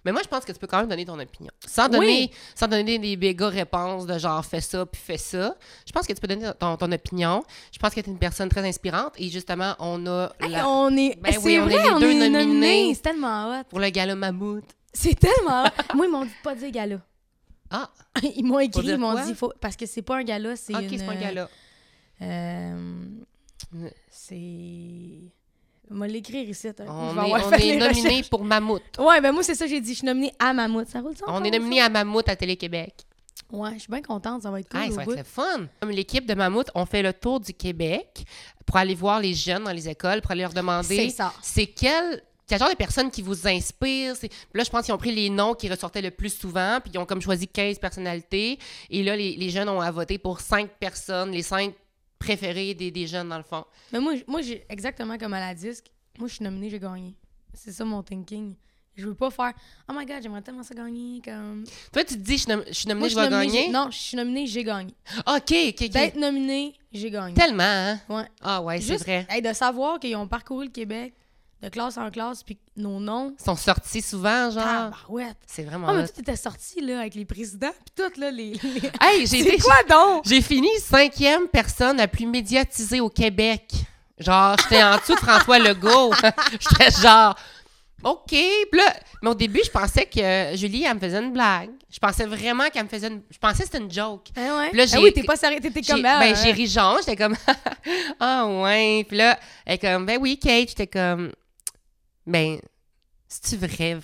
[SPEAKER 2] Mais moi, je pense que tu peux quand même donner ton opinion. Sans
[SPEAKER 1] Oui.
[SPEAKER 2] donner, sans donner des méga réponses de genre fais ça puis fais ça. Je pense que tu peux donner ton, ton opinion. Je pense que tu es une personne très inspirante et justement, on a
[SPEAKER 1] Hey,
[SPEAKER 2] la-
[SPEAKER 1] on est,
[SPEAKER 2] Ben
[SPEAKER 1] c'est
[SPEAKER 2] oui, on est
[SPEAKER 1] vrai,
[SPEAKER 2] les
[SPEAKER 1] on
[SPEAKER 2] deux
[SPEAKER 1] est nominés.
[SPEAKER 2] nominés.
[SPEAKER 1] C'est tellement hot.
[SPEAKER 2] pour le gala mammouth.
[SPEAKER 1] C'est tellement hot. Moi, ils m'ont dit de pas dire gala.
[SPEAKER 2] Ah,
[SPEAKER 1] Ils m'ont écrit,
[SPEAKER 2] dire
[SPEAKER 1] ils m'ont
[SPEAKER 2] quoi?
[SPEAKER 1] dit faut... parce que c'est pas un gala, c'est
[SPEAKER 2] ok,
[SPEAKER 1] une...
[SPEAKER 2] c'est pas un gala. Mm.
[SPEAKER 1] euh, c'est... On va l'écrire ici. hein. Je
[SPEAKER 2] On
[SPEAKER 1] vais
[SPEAKER 2] est,
[SPEAKER 1] avoir
[SPEAKER 2] on
[SPEAKER 1] fait
[SPEAKER 2] est
[SPEAKER 1] les
[SPEAKER 2] nominé
[SPEAKER 1] recherches.
[SPEAKER 2] pour mammouth.
[SPEAKER 1] Ouais, ben moi, c'est ça j'ai dit. Je suis nominée à Mammouth. Ça roule ça
[SPEAKER 2] On est nominé à mammouth à Télé-Québec.
[SPEAKER 1] Ouais, je suis bien contente. Ça va être cool.
[SPEAKER 2] Ah,
[SPEAKER 1] au
[SPEAKER 2] ça va
[SPEAKER 1] bout.
[SPEAKER 2] être le fun. Comme l'équipe de Mammouth, on fait le tour du Québec pour aller voir les jeunes dans les écoles, pour aller leur
[SPEAKER 1] C'est
[SPEAKER 2] demander
[SPEAKER 1] ça.
[SPEAKER 2] c'est quel, quel genre de personnes qui vous inspirent. C'est- Puis Là, je pense qu'ils ont pris les noms qui ressortaient le plus souvent, puis ils ont comme choisi 15 personnalités. Et là, les, les jeunes ont à voter pour 5 personnes, les 5 préférées des, des jeunes, dans le fond.
[SPEAKER 1] Mais moi, j- moi j'ai exactement comme à la disque. Moi, je suis nominée, j'ai gagné. C'est ça mon thinking. Je veux pas faire Oh my god, j'aimerais tellement ça gagner. Comme...
[SPEAKER 2] Toi, tu te dis, je suis nom- je suis
[SPEAKER 1] Moi,
[SPEAKER 2] nominée,
[SPEAKER 1] je
[SPEAKER 2] je
[SPEAKER 1] suis
[SPEAKER 2] vais
[SPEAKER 1] nominée, j'ai-
[SPEAKER 2] gagner. Ah,
[SPEAKER 1] Non, je suis nominée, j'ai gagné.
[SPEAKER 2] OK, OK, OK.
[SPEAKER 1] D'être nominée, j'ai gagné.
[SPEAKER 2] Tellement, hein?
[SPEAKER 1] Ouais.
[SPEAKER 2] Ah ouais, c'est
[SPEAKER 1] Juste,
[SPEAKER 2] vrai.
[SPEAKER 1] hey, de savoir qu'ils ont parcouru le Québec de classe en classe, puis que nos noms,
[SPEAKER 2] Ils sont sortis souvent, genre.
[SPEAKER 1] tabarouette.
[SPEAKER 2] C'est vraiment...
[SPEAKER 1] Oh, mais
[SPEAKER 2] hot.
[SPEAKER 1] tout était sorti, là, avec les présidents, puis tout, là, les... les-
[SPEAKER 2] Hey, j'ai
[SPEAKER 1] C'est
[SPEAKER 2] été...
[SPEAKER 1] quoi, donc?
[SPEAKER 2] J'ai fini cinquième personne la plus médiatisée au Québec. Genre, j'étais en dessous de François Legault. j'étais genre, OK. Puis là, mais au début, je pensais que euh, Julie, elle me faisait une blague. Je pensais vraiment qu'elle me faisait une. Je pensais que c'était une joke.
[SPEAKER 1] Hein, ouais.
[SPEAKER 2] Puis là,
[SPEAKER 1] Ah
[SPEAKER 2] j'ai-
[SPEAKER 1] oui, t'es pas sérieux, t'étais
[SPEAKER 2] J'ai-
[SPEAKER 1] comme
[SPEAKER 2] ben,
[SPEAKER 1] elle,
[SPEAKER 2] j'ai
[SPEAKER 1] hein.
[SPEAKER 2] ri jaune, j'étais comme Ah ouais. Puis là, elle est comme Ben oui, Kate, j'étais comme Ben, c'est-tu vrai?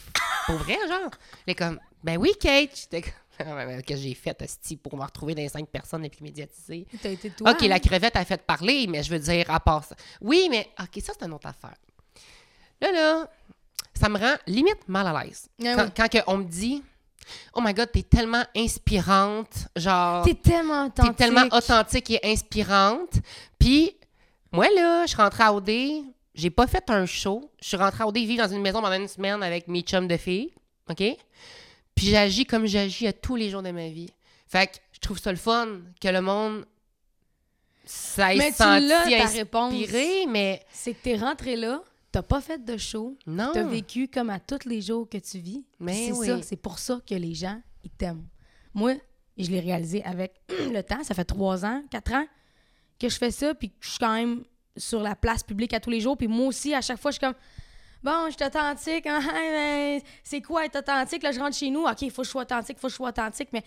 [SPEAKER 2] Pour vrai, genre? Elle est comme Ben oui, Kate, j'étais comme Ah, ben, ben, que j'ai fait asti, pour me retrouver dans les cinq personnes les plus médiatisées.
[SPEAKER 1] T'as été toi.
[SPEAKER 2] OK,
[SPEAKER 1] hein.
[SPEAKER 2] la crevette a fait parler, mais je veux dire, à part ça. Oui, mais OK, ça, c'est une autre affaire. Là, là, ça me rend limite mal à l'aise.
[SPEAKER 1] Ah
[SPEAKER 2] quand
[SPEAKER 1] oui.
[SPEAKER 2] quand que on me dit Oh my God, t'es tellement inspirante, genre.
[SPEAKER 1] T'es tellement
[SPEAKER 2] T'es
[SPEAKER 1] authentique.
[SPEAKER 2] tellement authentique et inspirante. Puis, moi, là, je suis rentrée à OD. J'ai pas fait un show. Je suis rentrée à OD vivre dans une maison pendant une semaine avec mes chums de filles. OK? Puis, j'agis comme j'agis à tous les jours de ma vie. Fait que je trouve ça le fun que le monde s'aille
[SPEAKER 1] Mais tu
[SPEAKER 2] senti
[SPEAKER 1] l'as, ta
[SPEAKER 2] inspiré,
[SPEAKER 1] réponse.
[SPEAKER 2] mais
[SPEAKER 1] C'est que t'es rentré là, t'as pas fait de show,
[SPEAKER 2] non.
[SPEAKER 1] t'as vécu comme à tous les jours que tu vis.
[SPEAKER 2] Mais
[SPEAKER 1] Puis c'est
[SPEAKER 2] oui.
[SPEAKER 1] ça, c'est pour ça que les gens, ils t'aiment. Moi, je l'ai réalisé avec le temps, ça fait trois ans, quatre ans que je fais ça, puis que je suis quand même sur la place publique à tous les jours, puis moi aussi, à chaque fois, je suis comme... Bon, je suis authentique. hein, hein, mais c'est quoi être authentique? Là, je rentre chez nous. OK, il faut que je sois authentique, il faut que je sois authentique. Mais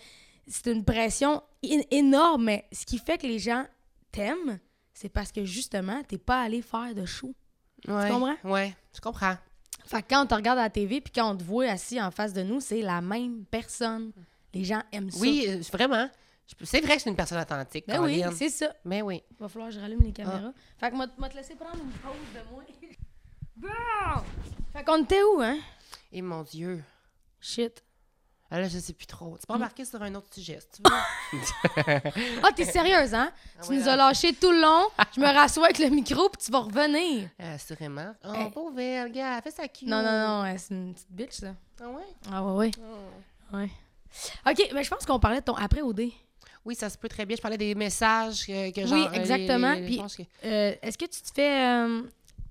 [SPEAKER 1] c'est une pression é- énorme. Mais ce qui fait que les gens t'aiment, c'est parce que justement, t'es pas allé faire de show.
[SPEAKER 2] Ouais,
[SPEAKER 1] tu comprends?
[SPEAKER 2] Ouais, je comprends.
[SPEAKER 1] Fait que quand on te regarde à la TV puis quand on te voit assis en face de nous, c'est la même personne. Les gens aiment ça.
[SPEAKER 2] Oui, euh, vraiment. Je- C'est vrai que je suis une personne authentique.
[SPEAKER 1] Ben oui,
[SPEAKER 2] Caroline.
[SPEAKER 1] c'est ça.
[SPEAKER 2] Mais oui.
[SPEAKER 1] Va falloir que je rallume
[SPEAKER 2] Ah.
[SPEAKER 1] les caméras. Fait que moi, moi te laisser prendre une pause de moi. Bon! Fait qu'on était où, hein?
[SPEAKER 2] Et mon Dieu.
[SPEAKER 1] Shit.
[SPEAKER 2] Ah là, je sais plus trop.
[SPEAKER 1] Mm.
[SPEAKER 2] Tu peux embarquer sur un autre sujet, si tu veux.
[SPEAKER 1] Ah, t'es sérieuse, hein?
[SPEAKER 2] Ah
[SPEAKER 1] Tu
[SPEAKER 2] ouais,
[SPEAKER 1] nous
[SPEAKER 2] là.
[SPEAKER 1] as lâché tout le long. Je me rassois avec le micro puis tu vas revenir.
[SPEAKER 2] Assurément. Oh,
[SPEAKER 1] Hey.
[SPEAKER 2] pauvre elle, regarde, elle fait sa queue.
[SPEAKER 1] Eh. Non, non, non, ouais, c'est une petite bitch, ça.
[SPEAKER 2] Ah ouais?
[SPEAKER 1] Ah, ouais, ouais.
[SPEAKER 2] Oh.
[SPEAKER 1] ouais. OK, mais je pense qu'on parlait de ton après-OD.
[SPEAKER 2] Oui, ça se peut très bien. Je parlais des messages que, que
[SPEAKER 1] Oui,
[SPEAKER 2] genre... euh, les-
[SPEAKER 1] exactement.
[SPEAKER 2] les- les-
[SPEAKER 1] Puis-
[SPEAKER 2] je pense que-
[SPEAKER 1] Euh, Est-ce que tu te fais euh,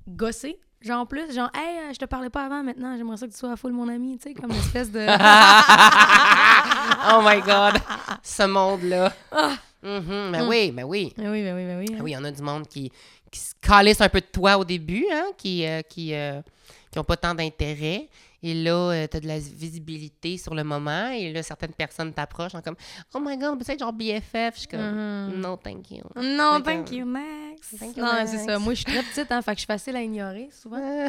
[SPEAKER 1] gosser, genre en plus, genre hey, euh, je te parlais pas avant, maintenant j'aimerais ça que tu sois à full mon ami, tu sais, comme une espèce de. Ah
[SPEAKER 2] oh my God! Ce monde-là.
[SPEAKER 1] Ah.
[SPEAKER 2] Mhm, ben oui, ben oui.
[SPEAKER 1] Ben oui, ben oui, ben oui.
[SPEAKER 2] Ah oui, il y en a du monde qui, qui se calisse un peu de toi au début, hein, qui euh, qui, euh, qui ont pas tant d'intérêt. Et là, tu as de la visibilité sur le moment. Et là, certaines personnes t'approchent en comme « Oh my God, peut-être genre BFF? » Je suis comme
[SPEAKER 1] Mhm.
[SPEAKER 2] Non, thank you.
[SPEAKER 1] Non,
[SPEAKER 2] Fait que-
[SPEAKER 1] thank you, Max.
[SPEAKER 2] Thank you,
[SPEAKER 1] non,
[SPEAKER 2] Max.
[SPEAKER 1] c'est ça. Moi, je suis très petite, hein, fait que je suis facile à ignorer souvent.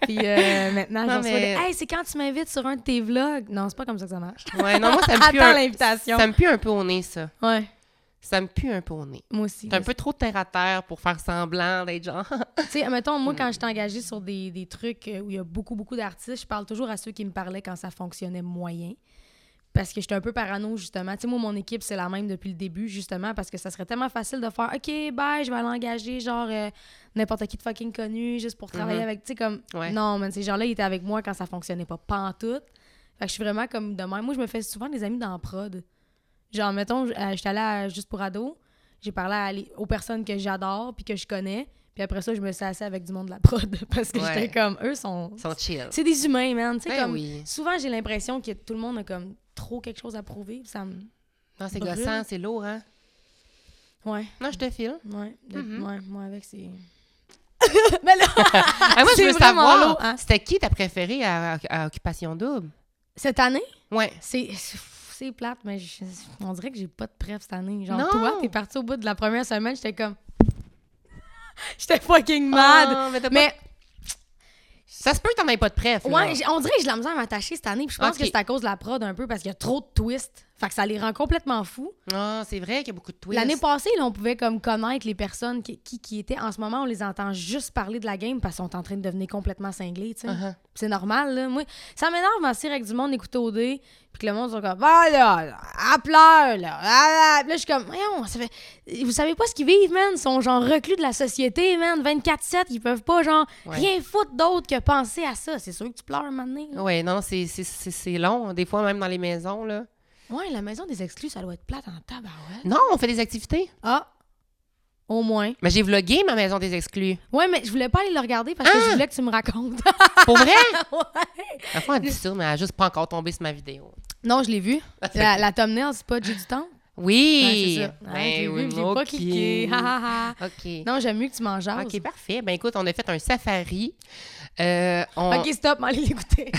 [SPEAKER 1] Puis euh, maintenant,
[SPEAKER 2] Non,
[SPEAKER 1] je reçois
[SPEAKER 2] mais-
[SPEAKER 1] des, Hey, c'est quand tu m'invites sur un de tes vlogs. Non, c'est pas comme ça que ça marche.
[SPEAKER 2] Ouais, non, moi, ça me pue
[SPEAKER 1] Attends
[SPEAKER 2] un,
[SPEAKER 1] l'invitation.
[SPEAKER 2] ça me pue un peu au nez, ça.
[SPEAKER 1] Ouais.
[SPEAKER 2] ça me pue un peu au nez.
[SPEAKER 1] Moi aussi.
[SPEAKER 2] C'est un peu trop terre à terre pour faire semblant d'être genre.
[SPEAKER 1] Tu sais, mettons, moi, quand j'étais engagée sur des, des trucs euh, où il y a beaucoup, beaucoup d'artistes, je parle toujours à ceux qui me parlaient quand ça fonctionnait moyen. Parce que j'étais un peu parano, justement. Tu sais, moi, mon équipe, c'est la même depuis le début, justement, parce que ça serait tellement facile de faire OK, bye, je vais aller engager, genre, euh, n'importe qui de fucking connu, juste pour travailler
[SPEAKER 2] Mhm.
[SPEAKER 1] avec. Tu sais, comme.
[SPEAKER 2] Ouais.
[SPEAKER 1] Non, man, ces gens-là, ils étaient avec moi quand ça fonctionnait pas, pantoute. Fait que je suis vraiment comme de même. Moi, je me fais souvent des amis dans la prod. Genre, mettons, je- euh, j'étais allée à Juste pour Ado, j'ai parlé à les- aux personnes que j'adore puis que je connais, puis après ça, je me suis assise avec du monde de la prod parce que
[SPEAKER 2] Ouais.
[SPEAKER 1] j'étais comme, eux sont.
[SPEAKER 2] Ils sont chill.
[SPEAKER 1] C'est des humains, man. Tu sais,
[SPEAKER 2] Ben
[SPEAKER 1] comme,
[SPEAKER 2] oui.
[SPEAKER 1] Souvent, j'ai l'impression que tout le monde a comme trop quelque chose à prouver. puis Ça me.
[SPEAKER 2] Non, c'est
[SPEAKER 1] brûle.
[SPEAKER 2] gossant, c'est lourd, hein?
[SPEAKER 1] Ouais,
[SPEAKER 2] Non, je te file.
[SPEAKER 1] ouais. de-
[SPEAKER 2] Mhm.
[SPEAKER 1] ouais, moi, avec, c'est. Mais là,
[SPEAKER 2] Ah, moi, je
[SPEAKER 1] C'est
[SPEAKER 2] veux
[SPEAKER 1] vraiment
[SPEAKER 2] savoir,
[SPEAKER 1] lourd, hein?
[SPEAKER 2] c'était qui ta préférée à, à Occupation Double?
[SPEAKER 1] cette année,
[SPEAKER 2] Ouais.
[SPEAKER 1] C'est c'est plate, mais je- on dirait que j'ai pas de prep cette année. Genre,
[SPEAKER 2] Non.
[SPEAKER 1] toi, t'es parti au bout de la première semaine, j'étais comme. j'étais fucking mad.
[SPEAKER 2] Ah, mais t'as pas-
[SPEAKER 1] mais
[SPEAKER 2] Ça se peut que t'en aies pas de préf. là.
[SPEAKER 1] ouais, j'ai- on dirait que j'ai de la misère à m'attacher cette année. Puis je pense
[SPEAKER 2] Ok.
[SPEAKER 1] que c'est à cause de la prod un peu parce qu'il y a trop de twists. Fait que ça les rend complètement fous.
[SPEAKER 2] Ah, c'est vrai qu'il y a beaucoup de twists.
[SPEAKER 1] L'année passée, là, on pouvait comme connaître les personnes qui, qui, qui étaient. En ce moment, on les entend juste parler de la game parce qu'ils sont en train de devenir complètement cinglés, tu sais.
[SPEAKER 2] Uh-huh.
[SPEAKER 1] C'est normal, là. Moi, ça m'énerve m'en tirer avec du monde écouter au dé, puis que le monde sont comme, ah là, là, elle pleure, là, ah, là. Puis là, je suis comme, voyons, ça fait. Vous savez pas ce qu'ils vivent, man. Ils sont genre reclus de la société, man. 24-7, ils peuvent pas, genre,
[SPEAKER 2] Ouais.
[SPEAKER 1] rien foutre d'autre que penser à ça. C'est sûr que tu pleures un moment donné, là.
[SPEAKER 2] Ouais, non, c'est- c'est c'est- c'est long. Des fois, même dans les maisons, là.
[SPEAKER 1] Ouais, la maison des exclus, ça doit être plate en tabarouette.
[SPEAKER 2] Non, on fait des activités.
[SPEAKER 1] Ah! Au moins.
[SPEAKER 2] Mais j'ai vlogué ma maison des exclus.
[SPEAKER 1] Ouais, mais je voulais pas aller le regarder parce que
[SPEAKER 2] Ah!
[SPEAKER 1] je voulais que tu me racontes.
[SPEAKER 2] Pour vrai?
[SPEAKER 1] Ouais.
[SPEAKER 2] La fois, elle dit ça, mais elle a juste pas encore tombé sur ma vidéo.
[SPEAKER 1] Non, je l'ai vu. La, la thumbnail, c'est pas J'ai du temps.
[SPEAKER 2] Oui!
[SPEAKER 1] Ouais, c'est ça.
[SPEAKER 2] Ben
[SPEAKER 1] Ouais, je l'ai vu,
[SPEAKER 2] oui,
[SPEAKER 1] puis j'ai
[SPEAKER 2] ok.
[SPEAKER 1] pas cliqué. Ha, ha, ha.
[SPEAKER 2] OK.
[SPEAKER 1] non, j'aime mieux que tu m'en jases.
[SPEAKER 2] OK, parfait. Ben écoute, on a fait un safari. Euh, on,
[SPEAKER 1] Ok, stop, allez l'écouter.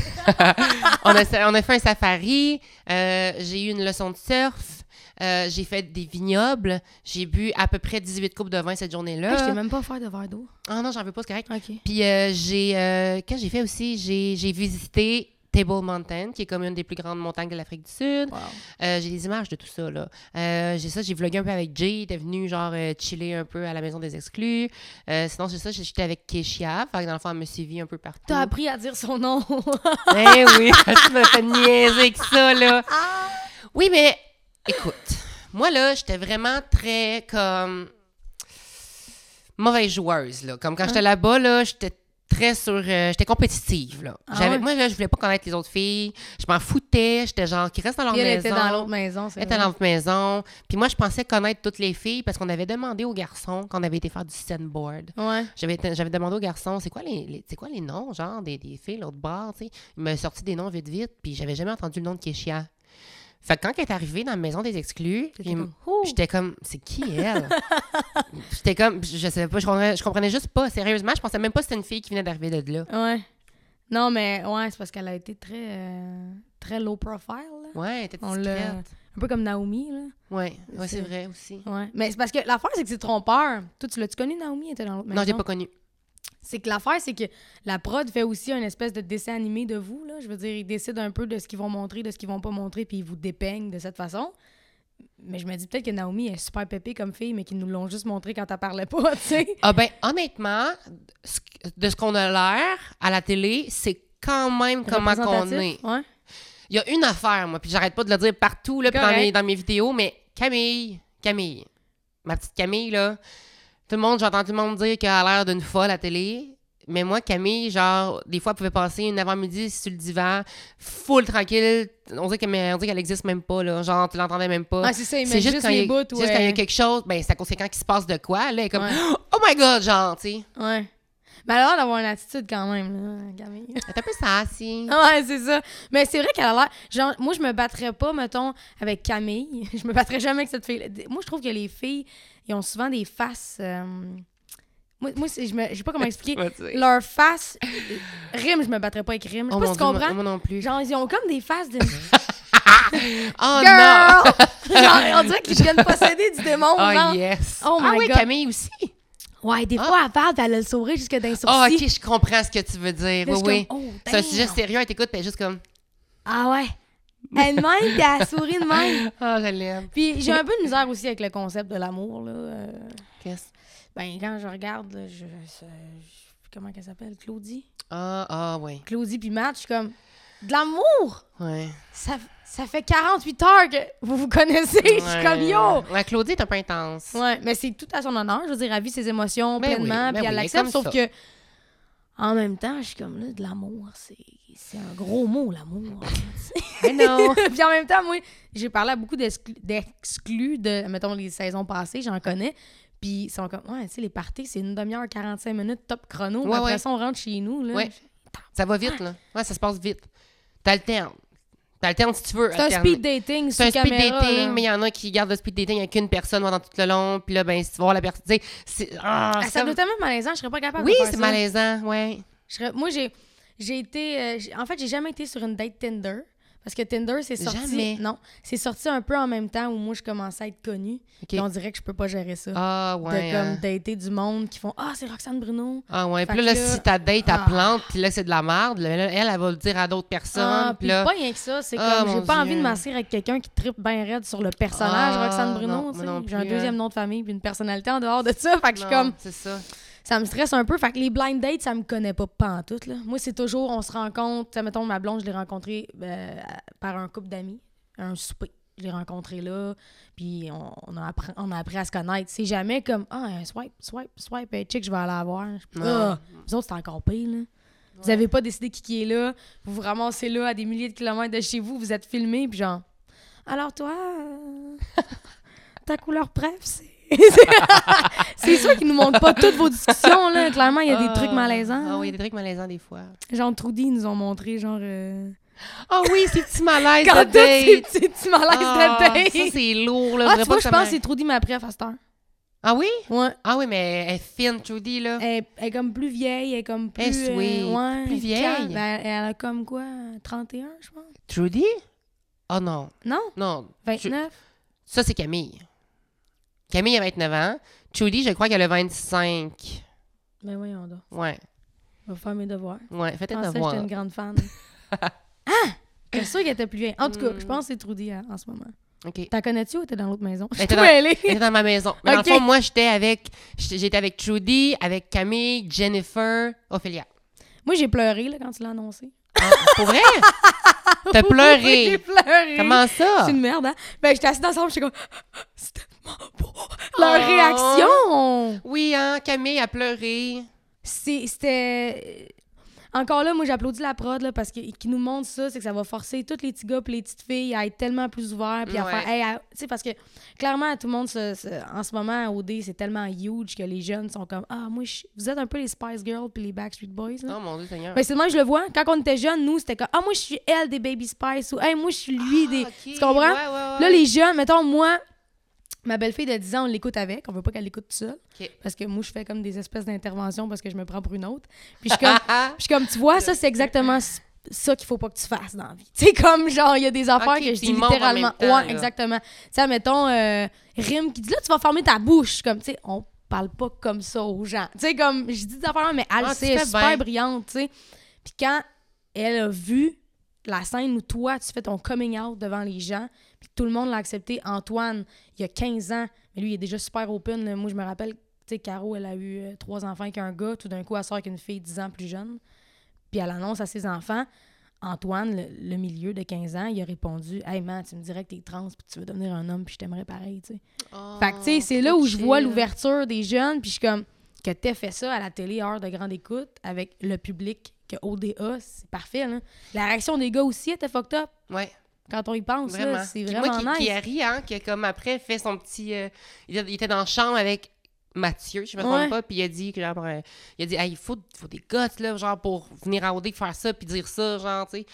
[SPEAKER 2] on, a, on a fait un safari. Euh, j'ai eu une leçon de surf. Euh, j'ai fait des vignobles. J'ai bu à peu près 18 coupes de vin cette
[SPEAKER 1] Ah, je t'ai
[SPEAKER 2] journée-là.
[SPEAKER 1] même pas offert de verre d'eau.
[SPEAKER 2] Ah non, j'en veux pas, c'est correct.
[SPEAKER 1] Ok.
[SPEAKER 2] Puis euh, j'ai euh, qu'est-ce que j'ai fait aussi, j'ai j'ai visité Table Mountain, qui est comme une des plus grandes montagnes de l'Afrique du Sud. Euh, j'ai des images de tout ça là. Euh, j'ai ça, j'ai vlogué un peu avec Jay, il était venu genre euh, chiller un peu à la maison des exclus. Euh, sinon c'est ça, j'étais avec Keshia, fait que dans le fond elle me suivit un peu partout.
[SPEAKER 1] T'as appris à dire son nom.
[SPEAKER 2] Eh oui, tu m'as fait niaiser avec ça là. Oui, mais écoute, moi là, j'étais vraiment très comme mauvaise joueuse là. Comme quand j'étais
[SPEAKER 1] Ah.
[SPEAKER 2] là-bas là, j'étais très sur euh, j'étais compétitive là.
[SPEAKER 1] Ah
[SPEAKER 2] J'avais
[SPEAKER 1] ouais?
[SPEAKER 2] moi là, je voulais pas connaître les autres filles, je m'en foutais, j'étais genre qui reste dans leur
[SPEAKER 1] Puis elle
[SPEAKER 2] maison.
[SPEAKER 1] était dans l'autre maison. c'est
[SPEAKER 2] Elle était
[SPEAKER 1] vrai.
[SPEAKER 2] dans l'autre maison. Puis moi, je pensais connaître toutes les filles parce qu'on avait demandé aux garçons qu'on avait été faire du sandboard.
[SPEAKER 1] Ouais.
[SPEAKER 2] J'avais, été- j'avais demandé au garçon, c'est quoi les, les- c'est quoi les noms, genre, des, des filles, l'autre bord, tu sais. Il m'a sorti des noms vite, vite, puis j'avais jamais entendu le nom de Keshia. Fait que quand elle est arrivée dans la maison des exclus,
[SPEAKER 1] T'étais
[SPEAKER 2] il m-
[SPEAKER 1] comme, Ouh.
[SPEAKER 2] j'étais comme, c'est qui elle? j'étais comme, je je savais pas, je comprenais, je comprenais juste pas, sérieusement, je pensais même pas que c'était une fille qui venait d'arriver de là.
[SPEAKER 1] Ouais. Non, mais ouais, c'est parce qu'elle a été très, euh, très low profile. là.
[SPEAKER 2] Ouais, elle était
[SPEAKER 1] On l'a-
[SPEAKER 2] discrète.
[SPEAKER 1] Un peu comme Naomi, là.
[SPEAKER 2] Ouais, ouais,
[SPEAKER 1] C'est-
[SPEAKER 2] c'est vrai aussi.
[SPEAKER 1] Ouais. Mais c'est parce que l'affaire, c'est que c'est trompeur. Toi, tu l'as-tu connu, Naomi? Elle était dans l'autre maison.
[SPEAKER 2] Non, j'ai pas connu.
[SPEAKER 1] C'est que l'affaire, c'est que la prod fait aussi un espèce de dessin animé de vous. Là. Je veux dire, ils décident un peu de ce qu'ils vont montrer, de ce qu'ils vont pas montrer, puis ils vous dépeignent de cette façon. Mais je me dis peut-être que Naomi est super pépée comme fille, mais qu'ils nous l'ont juste montré quand elle parlait pas, tu sais.
[SPEAKER 2] Ah ben, honnêtement, ce que- de ce qu'on a l'air à la télé, c'est quand même comment qu'on
[SPEAKER 1] Représentatif,
[SPEAKER 2] est.
[SPEAKER 1] Ouais.
[SPEAKER 2] Il y a une affaire, moi, puis j'arrête pas de le dire partout, là, puis dans,
[SPEAKER 1] Correct.
[SPEAKER 2] mes, dans mes vidéos, mais Camille, Camille, ma petite Camille, là, tout le monde, j'entends tout le monde dire qu'elle a l'air d'une folle à la télé, mais moi, Camille, genre, des fois, elle pouvait passer une avant-midi sur le divan, full tranquille, on dirait qu'elle on dirait qu'elle existe même pas, là, genre, tu l'entendais même pas.
[SPEAKER 1] Ah, c'est ça, ils
[SPEAKER 2] c'est
[SPEAKER 1] mettent
[SPEAKER 2] juste,
[SPEAKER 1] juste
[SPEAKER 2] quand il
[SPEAKER 1] les
[SPEAKER 2] y-
[SPEAKER 1] bouts.
[SPEAKER 2] juste quand il y a
[SPEAKER 1] ouais.
[SPEAKER 2] quelque chose, ben c'est à conséquent qu'il se passe de quoi, là, elle est comme
[SPEAKER 1] Ouais.
[SPEAKER 2] Oh my god, genre, tu sais.
[SPEAKER 1] Ouais. Mais alors d'avoir une attitude quand même, là, Camille.
[SPEAKER 2] Elle est un peu sassy.
[SPEAKER 1] Ouais, c'est ça. Mais c'est vrai qu'elle a l'air. Genre, moi, je me battrais pas, mettons, avec Camille. Je me battrais jamais avec cette fille. Moi, je trouve que les filles, ils ont souvent des faces. euh, Moi, moi c'est- je me... je sais pas comment expliquer. Leur face. euh, Rime, je me battrais pas avec Rime. Je sais
[SPEAKER 2] Oh
[SPEAKER 1] pas
[SPEAKER 2] mon
[SPEAKER 1] si tu
[SPEAKER 2] Dieu,
[SPEAKER 1] comprends.
[SPEAKER 2] Moi, moi non plus.
[SPEAKER 1] Genre, ils ont comme des faces de.
[SPEAKER 2] oh non!
[SPEAKER 1] Girl! genre, on dirait qu'ils viennent posséder du démon.
[SPEAKER 2] Oh
[SPEAKER 1] genre.
[SPEAKER 2] yes!
[SPEAKER 1] Oh
[SPEAKER 2] ah
[SPEAKER 1] my
[SPEAKER 2] oui,
[SPEAKER 1] God.
[SPEAKER 2] Camille aussi!
[SPEAKER 1] Ouais, des
[SPEAKER 2] Ah.
[SPEAKER 1] fois, elle parle, puis elle a le sourire jusque dans les sourcils.
[SPEAKER 2] Ah ok, je comprends ce que tu veux dire.
[SPEAKER 1] Là, je
[SPEAKER 2] oui,
[SPEAKER 1] suis
[SPEAKER 2] oui.
[SPEAKER 1] comme, oh,
[SPEAKER 2] C'est un
[SPEAKER 1] damn.
[SPEAKER 2] sujet sérieux, elle t'écoute, t'es juste comme...
[SPEAKER 1] Ah ouais. Elle de même, puis elle sourit de même.
[SPEAKER 2] Ah, je l'aime.
[SPEAKER 1] Puis j'ai un peu de misère aussi avec le concept de l'amour, là. euh,
[SPEAKER 2] Qu'est-ce?
[SPEAKER 1] ben, quand je regarde, là, je, je- je- Comment qu'elle s'appelle? Claudie?
[SPEAKER 2] Ah, ah, oui.
[SPEAKER 1] Claudie puis Matt, je suis comme... De l'amour!
[SPEAKER 2] Ouais.
[SPEAKER 1] Ça, ça fait 48 heures que vous vous connaissez! Je suis comme, yo!
[SPEAKER 2] Ouais, Claudie est un peu intense.
[SPEAKER 1] Ouais, mais c'est tout à son honneur. Je veux dire, elle vit ses émotions
[SPEAKER 2] Ben oui,
[SPEAKER 1] pleinement,
[SPEAKER 2] ben
[SPEAKER 1] puis elle
[SPEAKER 2] oui,
[SPEAKER 1] l'accepte.
[SPEAKER 2] comme
[SPEAKER 1] Sauf que, en même temps, je suis comme là, de l'amour, c'est c'est un gros mot, l'amour.
[SPEAKER 2] I know.
[SPEAKER 1] puis en même temps, moi, j'ai parlé à beaucoup d'exclu- d'exclus de, mettons, les saisons passées, j'en connais. Puis ils sont comme, ouais, tu sais, les parties, c'est une demi-heure, 45 minutes, top chrono. puis
[SPEAKER 2] Ouais,
[SPEAKER 1] après
[SPEAKER 2] ouais.
[SPEAKER 1] ça, on rentre chez nous. Là.
[SPEAKER 2] Ouais. Ça va vite, là. Ouais, ça se passe vite. T'alternes. T'alternes si tu veux.
[SPEAKER 1] C'est un
[SPEAKER 2] alterner.
[SPEAKER 1] speed dating sous
[SPEAKER 2] C'est un speed
[SPEAKER 1] caméra,
[SPEAKER 2] dating,
[SPEAKER 1] là.
[SPEAKER 2] mais il y en a qui gardent le speed dating avec une personne pendant tout le long, puis là, ben, si tu vas voir la personne. Tu sais, c'est. Ah,
[SPEAKER 1] Ah,
[SPEAKER 2] c'est
[SPEAKER 1] ça
[SPEAKER 2] comme-
[SPEAKER 1] doit tellement malaisant, je serais pas capable
[SPEAKER 2] Oui,
[SPEAKER 1] de faire
[SPEAKER 2] c'est
[SPEAKER 1] ça.
[SPEAKER 2] malaisant, ouais.
[SPEAKER 1] Je serais- moi, j'ai, j'ai été. euh, j'ai- en fait, j'ai jamais été sur une date Tinder. Parce que Tinder, c'est sorti.
[SPEAKER 2] Jamais.
[SPEAKER 1] Non. C'est sorti un peu en même temps où moi, je commençais à être connue.
[SPEAKER 2] Ok.
[SPEAKER 1] Et on dirait que je peux pas gérer ça.
[SPEAKER 2] Ah,
[SPEAKER 1] de
[SPEAKER 2] ouais.
[SPEAKER 1] comme
[SPEAKER 2] hein.
[SPEAKER 1] dater du monde qui font Ah, c'est Roxane Bruno.
[SPEAKER 2] Ah, ouais. Puis
[SPEAKER 1] Fait
[SPEAKER 2] là,
[SPEAKER 1] que
[SPEAKER 2] là,
[SPEAKER 1] là-
[SPEAKER 2] si ta date,
[SPEAKER 1] Ah.
[SPEAKER 2] ta plante, puis là, c'est de la merde, là, elle, elle, elle va le dire à d'autres personnes.
[SPEAKER 1] Ah, puis
[SPEAKER 2] puis là.
[SPEAKER 1] pas rien que ça. C'est
[SPEAKER 2] Ah,
[SPEAKER 1] comme, j'ai
[SPEAKER 2] mon
[SPEAKER 1] pas
[SPEAKER 2] Dieu.
[SPEAKER 1] envie de m'asseoir avec quelqu'un qui tripe bien raide sur le personnage
[SPEAKER 2] Ah,
[SPEAKER 1] Roxane
[SPEAKER 2] non,
[SPEAKER 1] Bruno.
[SPEAKER 2] moi
[SPEAKER 1] tu sais.
[SPEAKER 2] non
[SPEAKER 1] j'ai un
[SPEAKER 2] plus,
[SPEAKER 1] deuxième
[SPEAKER 2] hein.
[SPEAKER 1] nom de famille puis une personnalité en dehors de ça. Fait que je suis
[SPEAKER 2] Non,
[SPEAKER 1] comme,
[SPEAKER 2] C'est ça.
[SPEAKER 1] ça me stresse un peu. Fait que les blind dates, ça me connaît pas pantoute. Là. Moi, c'est toujours, on se rencontre. t'sais, Mettons, ma blonde, je l'ai rencontrée euh, par un couple d'amis, un souper. Je l'ai rencontrée là, puis on, on a appren- on a appris à se connaître. C'est jamais comme, ah, un swipe, swipe, swipe, hey, check, je vais aller la voir. Je suis comme,
[SPEAKER 2] Ouais.
[SPEAKER 1] Ah, vous autres, c'est encore pire, là. Vous avez pas décidé qui, qui est là, vous vous ramassez là à des milliers de kilomètres de chez vous, vous êtes filmé, puis genre, alors toi, euh, ta couleur préf, c'est. c'est sûr qu'ils nous montrent pas toutes vos discussions, là. Clairement, il y a des
[SPEAKER 2] Ah.
[SPEAKER 1] trucs malaisants. hein?
[SPEAKER 2] Ah,
[SPEAKER 1] là.
[SPEAKER 2] oui, des trucs malaisants, des fois.
[SPEAKER 1] Genre, Trudy, ils nous ont montré, genre. euh,
[SPEAKER 2] Ah, oui, ces petits malaises
[SPEAKER 1] Quand
[SPEAKER 2] de
[SPEAKER 1] toutes ces
[SPEAKER 2] date.
[SPEAKER 1] petits petits malaises
[SPEAKER 2] Ah,
[SPEAKER 1] de
[SPEAKER 2] Ça,
[SPEAKER 1] date.
[SPEAKER 2] c'est lourd, là.
[SPEAKER 1] Ah, tu
[SPEAKER 2] Faudrait pas
[SPEAKER 1] vois,
[SPEAKER 2] que
[SPEAKER 1] je pense que
[SPEAKER 2] ça m'a-
[SPEAKER 1] c'est Trudy ma préf à cette heure.
[SPEAKER 2] Ah, oui?
[SPEAKER 1] Ouais.
[SPEAKER 2] Ah, oui, mais elle est fine, Trudy, là.
[SPEAKER 1] Elle, est- elle est comme plus vieille, elle est comme plus.
[SPEAKER 2] Ah. Elle est sweet,
[SPEAKER 1] euh, ouais,
[SPEAKER 2] plus vieille.
[SPEAKER 1] calme. Ben, elle a comme quoi, 31, je pense.
[SPEAKER 2] Trudy? Oh, non.
[SPEAKER 1] Non,
[SPEAKER 2] Non.
[SPEAKER 1] 29.
[SPEAKER 2] Ça, c'est Camille. Camille a 29 ans. Trudy, je crois qu'elle a 25.
[SPEAKER 1] Ben voyons donc.
[SPEAKER 2] Ouais,
[SPEAKER 1] Je vais faire mes devoirs.
[SPEAKER 2] ouais. Faites
[SPEAKER 1] Je
[SPEAKER 2] un
[SPEAKER 1] pensais que j'étais
[SPEAKER 2] devoir.
[SPEAKER 1] une grande fan. ah! T'es sûr qu'elle était plus vieille. En tout
[SPEAKER 2] Hmm.
[SPEAKER 1] cas, je pense que c'est Trudy hein, en ce moment.
[SPEAKER 2] OK.
[SPEAKER 1] T'en connais-tu ou t'es dans l'autre maison? Je suis
[SPEAKER 2] Elle était dans-
[SPEAKER 1] mêlée.
[SPEAKER 2] Elle était dans ma maison. Mais
[SPEAKER 1] Ok.
[SPEAKER 2] dans le fond, moi, j'étais avec... j'étais j'étais avec Trudy, avec Camille, Jennifer, Ophélia.
[SPEAKER 1] Moi, j'ai pleuré là, quand tu l'as annoncé.
[SPEAKER 2] Ah, pour vrai? T'as
[SPEAKER 1] Oui, j'ai
[SPEAKER 2] pleuré.
[SPEAKER 1] pleuré.
[SPEAKER 2] Comment
[SPEAKER 1] Je
[SPEAKER 2] ça?
[SPEAKER 1] suis une merde, hein? Ben, j'étais assise dans le salon, j'étais comme... C'est tellement beau! Leur
[SPEAKER 2] Oh.
[SPEAKER 1] réaction!
[SPEAKER 2] Oui, hein, Camille a pleuré.
[SPEAKER 1] C'est- C'était... Encore là, moi, j'applaudis la prod, là, parce que qui nous montre ça, c'est que ça va forcer tous les petits gars et les petites filles à être tellement plus ouverts, puis à
[SPEAKER 2] Ouais.
[SPEAKER 1] faire... Hey, à- Tu sais, parce que, clairement, tout le monde, se- se- en ce moment, à OD, c'est tellement huge que les jeunes sont comme... Ah, moi, je- vous êtes un peu les Spice Girls puis les Backstreet Boys, là.
[SPEAKER 2] Oh, mon Dieu, Seigneur.
[SPEAKER 1] Ben, c'est moi je le vois. Quand on était jeunes, nous, c'était comme Ah, moi, je suis elle des Baby Spice ou Hey, moi, je suis lui des.
[SPEAKER 2] Ah, ok.
[SPEAKER 1] Tu comprends?
[SPEAKER 2] Ouais,
[SPEAKER 1] Là,
[SPEAKER 2] ouais, ouais.
[SPEAKER 1] les jeunes, mettons, moi, ma belle-fille de 10 ans, on l'écoute avec. On veut pas qu'elle l'écoute toute seule.
[SPEAKER 2] Ok.
[SPEAKER 1] Parce que moi, je fais comme des espèces d'interventions parce que je me prends pour une autre. Puis je suis comme,
[SPEAKER 2] Ah,
[SPEAKER 1] puis je suis comme tu vois, ça, c'est exactement c- ça qu'il faut pas que tu fasses dans la vie. Tu sais, comme genre, il y a des affaires
[SPEAKER 2] Ok,
[SPEAKER 1] que je dis
[SPEAKER 2] puis ils montent en
[SPEAKER 1] littéralement.
[SPEAKER 2] même temps,
[SPEAKER 1] ouais,
[SPEAKER 2] là.
[SPEAKER 1] exactement. Tu sais, mettons, euh, Rime qui dit là, tu vas fermer ta bouche. Je suis Comme, tu sais, on parle pas comme ça aux gens. Tu sais, comme, je dis des affaires, mais elle,
[SPEAKER 2] Ah, tu
[SPEAKER 1] c'est elle est
[SPEAKER 2] fais
[SPEAKER 1] super
[SPEAKER 2] bien.
[SPEAKER 1] brillante, tu sais. Puis quand elle a vu la scène où toi, tu fais ton coming out devant les gens, puis que tout le monde l'a accepté. Antoine, il y a 15 ans, mais lui, il est déjà super open. là. Moi, je me rappelle, tu sais, Caro, elle a eu euh, trois enfants avec un gars. Tout d'un coup, elle sort avec une fille 10 ans plus jeune. Puis elle annonce à ses enfants. Antoine, le, le milieu de 15 ans, il a répondu Hey man, tu me dirais que t'es trans, puis tu veux devenir un homme, puis je t'aimerais pareil, tu sais.
[SPEAKER 2] Oh,
[SPEAKER 1] Fait que, tu sais, c'est
[SPEAKER 2] trop
[SPEAKER 1] là où je vois
[SPEAKER 2] chill.
[SPEAKER 1] l'ouverture des jeunes, puis je suis comme, que t'aies fait ça à la télé, heure de grande écoute, avec le public, que ODA, c'est parfait, là. La réaction des gars aussi était fucked up,
[SPEAKER 2] Ouais.
[SPEAKER 1] quand on y pense, là.
[SPEAKER 2] Vraiment.
[SPEAKER 1] C'est
[SPEAKER 2] Puis
[SPEAKER 1] vraiment
[SPEAKER 2] moi, qui,
[SPEAKER 1] nice.
[SPEAKER 2] qui a ri, hein, qui a comme après fait son petit. euh, il, était- il était dans la chambre avec Mathieu, je me trompe
[SPEAKER 1] Ouais.
[SPEAKER 2] pas, puis il a dit que genre, euh, il a dit, Hey, il faut, faut des guts là, genre pour venir à OD faire ça, puis dire ça, genre, tu sais.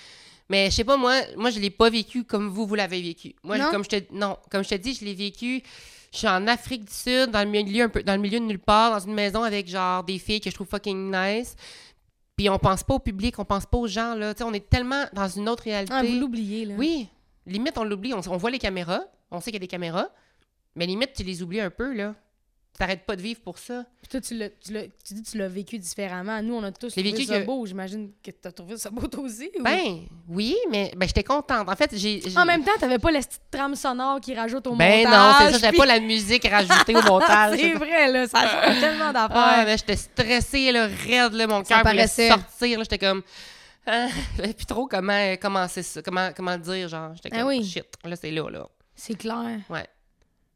[SPEAKER 2] Mais je sais pas, moi, moi je l'ai pas vécu comme vous, vous l'avez vécu. Moi,
[SPEAKER 1] Non?
[SPEAKER 2] comme je te, non, comme je te dis, je l'ai vécu. Je suis en Afrique du Sud, dans le milieu un peu, dans le milieu de nulle part, dans une maison avec genre des filles que je trouve fucking nice. Puis on pense pas au public, on pense pas aux gens là. Tu sais, on est tellement dans une autre réalité.
[SPEAKER 1] Ah, vous l'oubliez, là.
[SPEAKER 2] Oui, limite, on l'oublie. On, on voit les caméras, on sait qu'il y a des caméras, mais limite, tu les oublies un peu, là. T'arrêtes pas de vivre pour ça.
[SPEAKER 1] Puis toi, tu, l'as- tu, l'as- tu dis que tu l'as vécu différemment. Nous, on a tous
[SPEAKER 2] Je l'ai
[SPEAKER 1] trouvé
[SPEAKER 2] vécu
[SPEAKER 1] ça
[SPEAKER 2] que-
[SPEAKER 1] beau. J'imagine que t'as trouvé ça beau toi aussi. ou-
[SPEAKER 2] Ben, oui, mais ben, j'étais contente. En fait, j'ai. j'ai-
[SPEAKER 1] En même temps, t'avais pas la petite trame sonore qui rajoute au
[SPEAKER 2] Ben
[SPEAKER 1] montage.
[SPEAKER 2] non, c'est ça, j'avais
[SPEAKER 1] puis-
[SPEAKER 2] pas la musique rajoutée au montage.
[SPEAKER 1] c'est vrai, là, ça change tellement
[SPEAKER 2] Ah,
[SPEAKER 1] d'affaires.
[SPEAKER 2] mais j'étais stressée, là, raide, là, mon
[SPEAKER 1] Ça
[SPEAKER 2] cœur voulait
[SPEAKER 1] paraissait.
[SPEAKER 2] sortir. là, J'étais comme. Ah, je savais plus trop comment euh, commencer ça, comment, comment le dire, genre. J'étais
[SPEAKER 1] Ah
[SPEAKER 2] comme,
[SPEAKER 1] oui.
[SPEAKER 2] shit, là, c'est là, là.
[SPEAKER 1] C'est clair.
[SPEAKER 2] Ouais.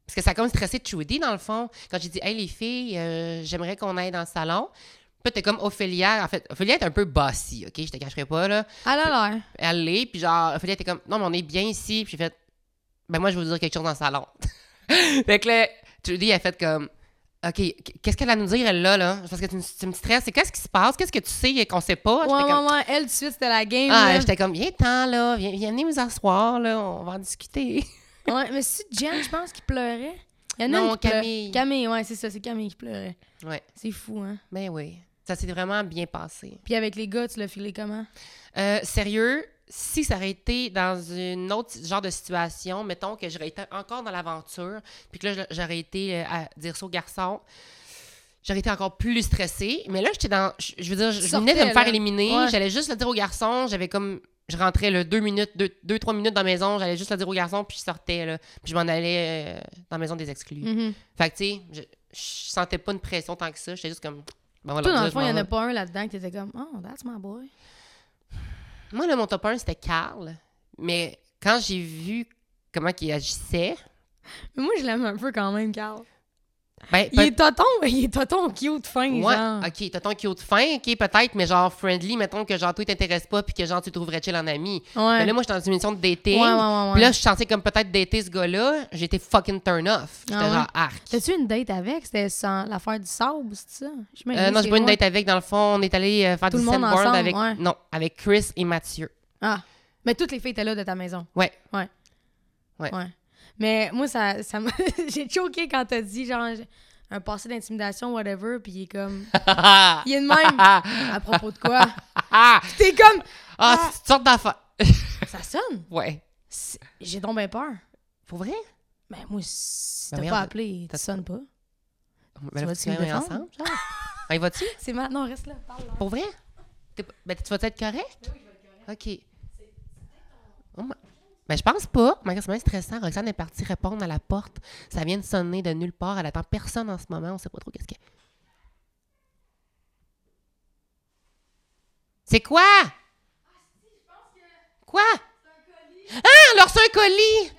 [SPEAKER 2] Parce que ça a comme stressé Trudy, dans le fond. Quand j'ai dit, hey, les filles, euh, j'aimerais qu'on aille dans le salon. Puis t'es comme Ophélia. En fait, Ophélia est un peu bossy, OK? Je te cacherai pas, là.
[SPEAKER 1] À la l'air.
[SPEAKER 2] Elle l'est, puis genre, Ophélia était comme, non, mais on est bien ici. Puis j'ai fait, ben moi, je vais vous dire quelque chose dans le salon. fait que là, Trudy, elle a fait comme, OK, qu'est-ce qu'elle a à nous dire, elle, là, là? Parce que tu, me- tu me stresses. C'est qu'est-ce qui se passe? Qu'est-ce que tu sais qu'on sait pas?
[SPEAKER 1] Ouais,
[SPEAKER 2] J'étais comme,
[SPEAKER 1] ouais, ouais. Elle, tout de suite, c'était la game.
[SPEAKER 2] ah,
[SPEAKER 1] là.
[SPEAKER 2] j'étais comme, viens, temps, là, viens, viens, venez vous asseoir, là, on va en discuter.
[SPEAKER 1] Ouais, mais c'est Jen, je pense, qui pleurait. Il y en a
[SPEAKER 2] Non,
[SPEAKER 1] une qui pleure-
[SPEAKER 2] Camille.
[SPEAKER 1] Camille, ouais, c'est ça, c'est Camille qui pleurait.
[SPEAKER 2] ouais.
[SPEAKER 1] C'est fou, hein.
[SPEAKER 2] Ben oui. Ça s'est vraiment bien passé.
[SPEAKER 1] Puis avec les gars, tu l'as filé comment?
[SPEAKER 2] Euh, sérieux, si ça aurait été dans une autre genre de situation, mettons que j'aurais été encore dans l'aventure, puis que là, j'aurais été euh, à dire ça au garçon, j'aurais été encore plus stressée. Mais là, j'étais dans. Je je veux dire, je
[SPEAKER 1] Tu
[SPEAKER 2] je venais de me
[SPEAKER 1] sortais,
[SPEAKER 2] faire
[SPEAKER 1] là.
[SPEAKER 2] éliminer.
[SPEAKER 1] Ouais.
[SPEAKER 2] J'allais juste le dire au garçon. J'avais comme. Je rentrais le deux minutes, deux, deux, trois minutes dans la maison. J'allais juste le dire au garçon, puis je sortais, là. Puis je m'en allais euh, dans la maison des exclus.
[SPEAKER 1] Mhm.
[SPEAKER 2] Fait que, tu sais, je, je sentais pas une pression tant que ça. J'étais juste comme. Ben, on
[SPEAKER 1] Toi,
[SPEAKER 2] va leur
[SPEAKER 1] dans
[SPEAKER 2] dire,
[SPEAKER 1] le
[SPEAKER 2] je
[SPEAKER 1] fond,
[SPEAKER 2] m'en
[SPEAKER 1] il y en
[SPEAKER 2] vais.
[SPEAKER 1] a pas un là-dedans qui était comme, oh, that's my boy.
[SPEAKER 2] Moi, là, mon top 1, c'était Carl. Mais quand j'ai vu comment il agissait,
[SPEAKER 1] Mais moi, je l'aime un peu quand même, Carl.
[SPEAKER 2] ben,
[SPEAKER 1] Il
[SPEAKER 2] peut-
[SPEAKER 1] est toton, mais il est toton cute, fin,
[SPEAKER 2] ouais,
[SPEAKER 1] genre.
[SPEAKER 2] ok, t'as ton cute fin, ok, peut-être, mais genre friendly, mettons que genre toi, t'intéresse pas, puis que genre tu trouverais chill en ami.
[SPEAKER 1] Ouais.
[SPEAKER 2] Mais là, moi, j'étais dans une mission de
[SPEAKER 1] ouais,
[SPEAKER 2] dating.
[SPEAKER 1] ouais, ouais,
[SPEAKER 2] Puis
[SPEAKER 1] ouais.
[SPEAKER 2] là, je sentais comme peut-être dater ce gars-là, j'étais fucking turn off. J'étais
[SPEAKER 1] Ah ouais?
[SPEAKER 2] genre arc.
[SPEAKER 1] T'as-tu une date avec? C'était sans l'affaire du sable, c'est ça? Je
[SPEAKER 2] Euh,
[SPEAKER 1] m'imagine
[SPEAKER 2] non,
[SPEAKER 1] que
[SPEAKER 2] j'ai
[SPEAKER 1] c'est
[SPEAKER 2] pas une
[SPEAKER 1] loin.
[SPEAKER 2] date avec, dans le fond, on est allé euh, faire
[SPEAKER 1] Tout
[SPEAKER 2] du
[SPEAKER 1] le monde
[SPEAKER 2] sandboard
[SPEAKER 1] ensemble,
[SPEAKER 2] avec.
[SPEAKER 1] ouais.
[SPEAKER 2] Non, avec Chris et Mathieu.
[SPEAKER 1] Ah. Mais toutes les filles étaient là de ta maison.
[SPEAKER 2] Ouais.
[SPEAKER 1] Ouais.
[SPEAKER 2] Ouais.
[SPEAKER 1] Mais moi, ça, ça m'a- j'ai choqué quand t'as dit, genre, un passé d'intimidation, whatever, puis il est comme.
[SPEAKER 2] ah,
[SPEAKER 1] Il est de même. à propos de quoi? T'es comme.
[SPEAKER 2] ah, c'est une sorte d'affaire.
[SPEAKER 1] Ça sonne.
[SPEAKER 2] ouais.
[SPEAKER 1] C'est- J'ai donc bien peur.
[SPEAKER 2] Pour vrai?
[SPEAKER 1] Mais moi, si
[SPEAKER 2] Ben
[SPEAKER 1] t'as
[SPEAKER 2] voyons,
[SPEAKER 1] pas appelé,
[SPEAKER 2] t'as-
[SPEAKER 1] ça sonne pas.
[SPEAKER 2] Ben, là,
[SPEAKER 1] vas-tu
[SPEAKER 2] faut
[SPEAKER 1] me
[SPEAKER 2] qu'on aille
[SPEAKER 1] défendre?
[SPEAKER 2] ensemble, genre? On y va-tu?
[SPEAKER 1] C'est maintenant, reste là, parle là.
[SPEAKER 2] Pour vrai? T'es pas- Ben, tu vas être correct? OK. Oh my- Ben, je pense pas. Mais c'est bien stressant. Roxane est partie répondre à la porte. Ça vient de sonner de nulle part. Elle attend personne en ce moment. On sait pas trop qu'est-ce que. C'est quoi? Quoi? Ah, alors c'est un colis!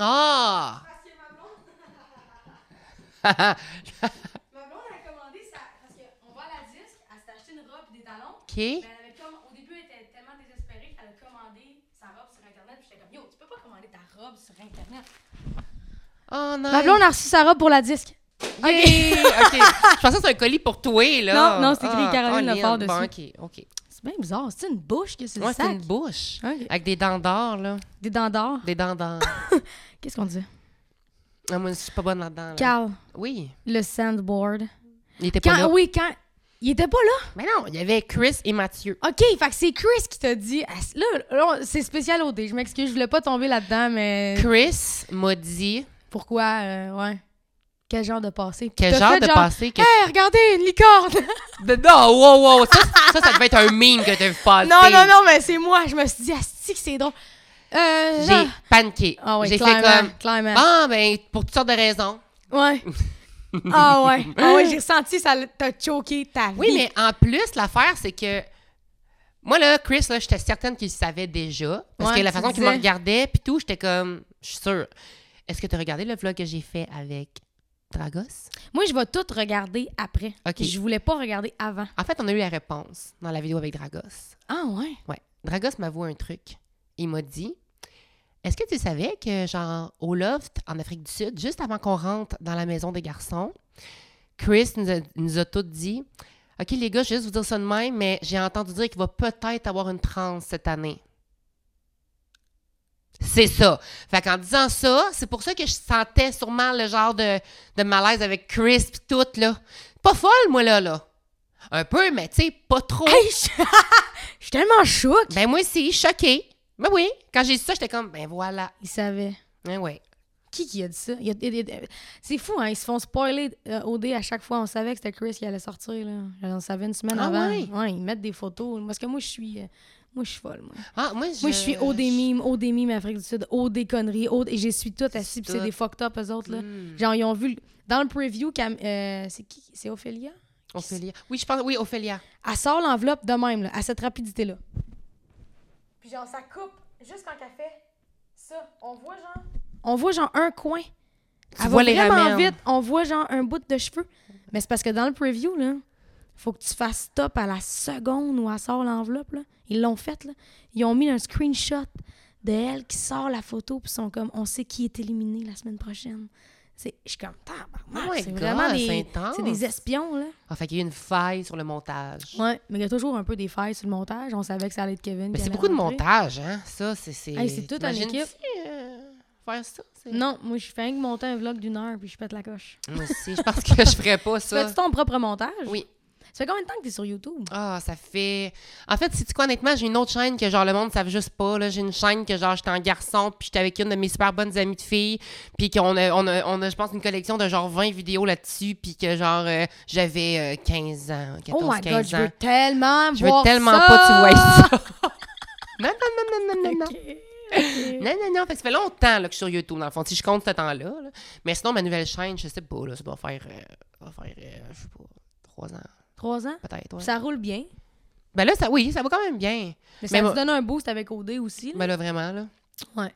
[SPEAKER 2] Ah!
[SPEAKER 1] Ma blonde, elle a commandé ça. Parce qu'on va à la disque, elle s'est acheté une robe et des talons. Mais
[SPEAKER 2] OK.
[SPEAKER 1] Ben, elle avait comme, au début, elle était tellement désespérée qu'elle a commandé sa robe sur Internet. Puis j'étais comme, yo, tu peux pas commander ta robe sur Internet.
[SPEAKER 2] Oh, non!
[SPEAKER 1] Ma blonde a reçu sa robe pour la disque.
[SPEAKER 2] Yay! OK. Je pensais que c'était un colis pour toi, là.
[SPEAKER 1] Non, non, c'est écrit
[SPEAKER 2] Ah,
[SPEAKER 1] Caroline Lefort
[SPEAKER 2] Colin. Bon, OK, OK.
[SPEAKER 1] C'est bien bizarre. C'est une bouche que c'est
[SPEAKER 2] Moi,
[SPEAKER 1] le
[SPEAKER 2] c'est
[SPEAKER 1] sac.
[SPEAKER 2] une bouche.
[SPEAKER 1] Ok.
[SPEAKER 2] Avec des dents d'or, là.
[SPEAKER 1] Des dents d'or.
[SPEAKER 2] Des dents d'or.
[SPEAKER 1] Qu'est-ce qu'on dit?
[SPEAKER 2] Ah, moi, je suis pas bonne là-dedans. là.
[SPEAKER 1] Carl,
[SPEAKER 2] Oui.
[SPEAKER 1] le sandboard.
[SPEAKER 2] Il était pas
[SPEAKER 1] Quand,
[SPEAKER 2] là.
[SPEAKER 1] oui, quand. Il était pas là.
[SPEAKER 2] Mais non, il y avait Chris et Mathieu.
[SPEAKER 1] OK, fait que c'est Chris qui t'a dit. Ah, c'est- Là, là, on- c'est spécial au dé. Je m'excuse, je voulais pas tomber là-dedans, mais.
[SPEAKER 2] Chris m'a dit
[SPEAKER 1] Pourquoi? euh, ouais. Quel genre de passé? Puis
[SPEAKER 2] quel
[SPEAKER 1] t'as
[SPEAKER 2] genre
[SPEAKER 1] fait
[SPEAKER 2] de passé que.
[SPEAKER 1] Hey, regardez, une licorne!
[SPEAKER 2] De-
[SPEAKER 1] ben, oh,
[SPEAKER 2] Non, wow, wow. Ça, ça, ça devait être un meme que t'as vu passer.
[SPEAKER 1] non, non, non, mais c'est moi. Je me suis dit, asti que c'est drôle. Euh, genre-
[SPEAKER 2] J'ai paniqué.
[SPEAKER 1] Ah oui,
[SPEAKER 2] J'ai fait
[SPEAKER 1] clairement,
[SPEAKER 2] comme.
[SPEAKER 1] clairement.
[SPEAKER 2] Ah, ben, pour toutes sortes de raisons.
[SPEAKER 1] Ouais. ah ouais. Ah ouais, j'ai ressenti ça l- t'a choqué ta vie.
[SPEAKER 2] Oui, mais en plus, l'affaire, c'est que. Moi, là, Chris, là, j'étais certaine qu'il le savait déjà. Parce
[SPEAKER 1] Ouais,
[SPEAKER 2] que la
[SPEAKER 1] tu
[SPEAKER 2] façon qu'il me
[SPEAKER 1] disais.
[SPEAKER 2] regardait, puis tout, j'étais comme. Je suis sûre. Est-ce que tu as regardé le vlog que j'ai fait avec Dragos?
[SPEAKER 1] Moi, je vais tout regarder après.
[SPEAKER 2] Ok.
[SPEAKER 1] Je voulais pas regarder avant.
[SPEAKER 2] En fait, on a eu la réponse dans la vidéo avec Dragos.
[SPEAKER 1] Ah ouais?
[SPEAKER 2] Ouais. Dragos m'avoue un truc. Il m'a dit Est-ce que tu savais que, genre, au loft, en Afrique du Sud, juste avant qu'on rentre dans la maison des garçons, Chris nous a, nous a tous dit Ok, les gars, je vais juste vous dire ça de même, mais j'ai entendu dire qu'il va peut-être avoir une transe cette année. C'est ça. Fait qu'en disant ça, c'est pour ça que je sentais sûrement le genre de, de malaise avec Chris pis tout, là. Pas folle, moi, là, là. Un peu, mais tu sais, pas trop.
[SPEAKER 1] Hey, je je suis tellement choquée.
[SPEAKER 2] Ben moi aussi, choquée. Ben oui, quand j'ai su ça, j'étais comme, ben voilà.
[SPEAKER 1] Il savait.
[SPEAKER 2] Ben ouais.
[SPEAKER 1] Qui qui a dit ça? Il y a- il y a- C'est fou, hein? Ils se font spoiler euh, au dé à chaque fois. On savait que c'était Chris qui allait sortir, là. On le savait une semaine
[SPEAKER 2] Ah
[SPEAKER 1] avant.
[SPEAKER 2] ouais?
[SPEAKER 1] ils mettent des photos. Parce que moi, je suis... euh, Moi, je suis folle, moi.
[SPEAKER 2] Ah, moi, je,
[SPEAKER 1] Moi, je suis haut des mimes, haut des mimes Afrique du Sud, haut des conneries, haut... Et j'y suis toute assise, puis c'est
[SPEAKER 2] tout.
[SPEAKER 1] des fucked up, eux autres, là.
[SPEAKER 2] Hmm.
[SPEAKER 1] Genre, ils ont vu... le- Dans le preview, Cam- euh, c'est qui? C'est Ophélia?
[SPEAKER 2] Ophélia. Oui, je pense. Oui, Ophélia.
[SPEAKER 1] Elle sort l'enveloppe de même, là, à cette rapidité-là. Puis genre, ça coupe juste quand elle fait ça. On voit genre... On voit genre un coin. elle va
[SPEAKER 2] vois les
[SPEAKER 1] vraiment
[SPEAKER 2] ramènes.
[SPEAKER 1] vite. On voit genre un bout de cheveux. Mais c'est parce que dans le preview, là, faut que tu fasses stop à la seconde où elle sort l'enveloppe, là. Ils l'ont fait, là. Ils ont mis un screenshot de elle qui sort la photo, puis ils sont comme, on sait qui est éliminé la semaine prochaine. C'est, je suis comme, tabarnak,
[SPEAKER 2] Oh my
[SPEAKER 1] c'est
[SPEAKER 2] God,
[SPEAKER 1] vraiment
[SPEAKER 2] c'est
[SPEAKER 1] des,
[SPEAKER 2] intense.
[SPEAKER 1] c'est des espions, là.
[SPEAKER 2] Ah, fait qu'il y a eu une faille sur le montage.
[SPEAKER 1] Ouais, mais il y a toujours un peu des failles sur le montage. On savait que ça allait être Kevin.
[SPEAKER 2] Mais
[SPEAKER 1] qui allait
[SPEAKER 2] c'est beaucoup de
[SPEAKER 1] rentrer.
[SPEAKER 2] montage, hein? Ça, c'est. C'est
[SPEAKER 1] Hey, c'est tout en
[SPEAKER 2] T'imagines-tu,
[SPEAKER 1] équipe.
[SPEAKER 2] euh, faire ça. c'est-
[SPEAKER 1] Non, moi, je fais rien que monter un vlog d'une heure puis je pète la coche.
[SPEAKER 2] Moi aussi, je pense que je ferais pas
[SPEAKER 1] Tu
[SPEAKER 2] ça.
[SPEAKER 1] fais-tu ton propre montage?
[SPEAKER 2] Oui.
[SPEAKER 1] Ça fait combien de temps que t'es sur YouTube?
[SPEAKER 2] Ah, ça fait. En fait, si tu quoi, honnêtement, j'ai une autre chaîne que genre le monde ne savent juste pas. Là. J'ai une chaîne que genre j'étais en garçon, puis j'étais avec une de mes super bonnes amies de filles, puis qu'on a, on a, on a, je pense, une collection de genre 20 vidéos là-dessus, puis que genre euh, j'avais euh, 15 ans, 14,
[SPEAKER 1] oh my
[SPEAKER 2] 15
[SPEAKER 1] god, je
[SPEAKER 2] ans.
[SPEAKER 1] veux tellement
[SPEAKER 2] Je veux
[SPEAKER 1] voir
[SPEAKER 2] tellement
[SPEAKER 1] ça!
[SPEAKER 2] pas que tu vois ça. non, non, non, non, non, non.
[SPEAKER 1] Ok.
[SPEAKER 2] Non, non, non, fait que ça fait longtemps là, que je suis sur YouTube, dans le fond, si je compte ce temps-là. là. Mais sinon, ma nouvelle chaîne, je sais pas, là, ça doit faire, euh, ça doit faire euh, je sais pas, trois ans,
[SPEAKER 1] Trois ans?
[SPEAKER 2] peut-être. ouais.
[SPEAKER 1] Ça roule bien.
[SPEAKER 2] Ben là, ça, oui, ça va quand même bien.
[SPEAKER 1] Mais
[SPEAKER 2] Mais
[SPEAKER 1] ça
[SPEAKER 2] moi-
[SPEAKER 1] te donne un boost avec OD aussi. là.
[SPEAKER 2] Ben là, vraiment, là.
[SPEAKER 1] Ouais.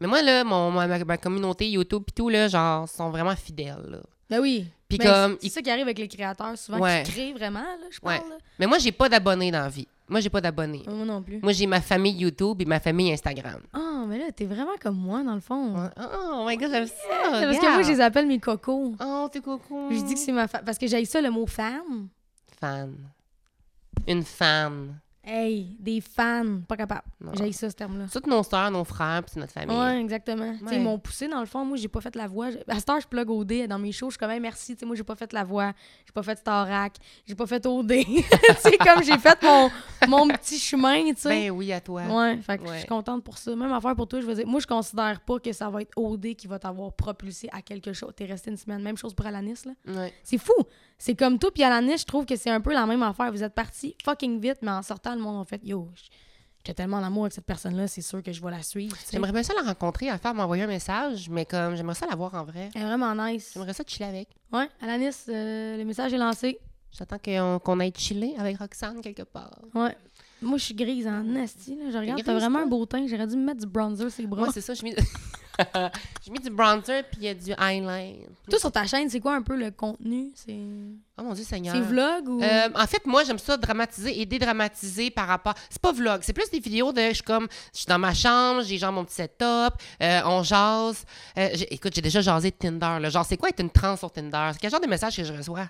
[SPEAKER 2] Mais moi, là, mon, ma, ma- ma communauté YouTube pis tout, là, genre, sont vraiment fidèles, là.
[SPEAKER 1] Ben oui.
[SPEAKER 2] Puis
[SPEAKER 1] Mais
[SPEAKER 2] comme-
[SPEAKER 1] c'est- C'est ça qui arrive avec les créateurs souvent,
[SPEAKER 2] Ouais.
[SPEAKER 1] qui créent vraiment, là, je
[SPEAKER 2] Ouais.
[SPEAKER 1] parle. là.
[SPEAKER 2] Mais moi, j'ai pas d'abonnés dans la vie. Moi, j'ai pas d'abonnés.
[SPEAKER 1] Moi non plus.
[SPEAKER 2] Moi, j'ai ma famille YouTube et ma famille Instagram.
[SPEAKER 1] Ah, mais là, t'es vraiment comme moi, dans le fond.
[SPEAKER 2] Oh, oh my god, j'aime ça!
[SPEAKER 1] Parce que
[SPEAKER 2] regarde.
[SPEAKER 1] moi, je les appelle mes cocos.
[SPEAKER 2] Oh, t'es coco!
[SPEAKER 1] Je dis que c'est ma femme. Parce que j'ai ça, le mot femme.
[SPEAKER 2] Fan. Une fan.
[SPEAKER 1] Hey, des fans, pas capable.
[SPEAKER 2] Non.
[SPEAKER 1] J'ai ça, ce terme-là.
[SPEAKER 2] C'est toutes nos soeurs, nos frères, puis c'est notre famille.
[SPEAKER 1] Ouais, exactement. Tu sais,
[SPEAKER 2] Ouais.
[SPEAKER 1] Ils m'ont poussé dans le fond. Moi, j'ai pas fait la voix. J'ai- À cette heure, je plug OD dans mes shows. Je suis comme, Hey, merci. Tu sais, moi, j'ai pas fait la voix. J'ai pas fait Starac. J'ai pas fait OD. tu sais, comme j'ai fait mon, mon petit chemin, tu sais.
[SPEAKER 2] Ben oui, à toi.
[SPEAKER 1] Ouais, fait que je
[SPEAKER 2] Ouais.
[SPEAKER 1] suis contente pour ça. Même affaire pour toi, je veux dire, moi, je considère pas que ça va être OD qui va t'avoir propulsé à quelque chose. T'es resté une semaine. Même chose pour Alanis, là.
[SPEAKER 2] Ouais.
[SPEAKER 1] C'est fou. C'est comme tout. Puis Alanis, je trouve que c'est un peu la même affaire. Vous êtes parti fucking vite, mais en sortant, le monde en fait Yo, j- j'étais tellement en amour avec cette personne-là, c'est sûr que je vais la suivre. tu sais.
[SPEAKER 2] J'aimerais bien ça la rencontrer, à faire m'envoyer un message, mais comme, j'aimerais ça la voir en vrai.
[SPEAKER 1] Elle est vraiment nice.
[SPEAKER 2] J'aimerais ça chiller avec.
[SPEAKER 1] Ouais, Alanis, euh, le message est lancé.
[SPEAKER 2] J'attends qu'on qu'on aille chiller avec Roxane quelque part.
[SPEAKER 1] Ouais. Moi, je suis grise en nasty. Là. Je regarde,
[SPEAKER 2] grise,
[SPEAKER 1] t'as vraiment
[SPEAKER 2] toi?
[SPEAKER 1] un beau teint. J'aurais dû me mettre du bronzer sur les bras.
[SPEAKER 2] Moi, c'est ça, j'ai mis... j'ai mis du bronzer puis il y a du eyeliner.
[SPEAKER 1] Toi, sur ta chaîne, c'est quoi un peu le contenu? C'est
[SPEAKER 2] Oh mon Dieu Seigneur.
[SPEAKER 1] c'est vlog ou.
[SPEAKER 2] Euh, en fait, moi, j'aime ça dramatiser et dédramatiser par rapport. C'est pas vlog, c'est plus des vidéos de. Je suis comme. Je suis dans ma chambre, j'ai genre mon petit setup, euh, on jase. Euh, j'ai- écoute, j'ai déjà jasé de Tinder. Là. Genre, c'est quoi être une trans sur Tinder? C'est quel genre de message que je reçois?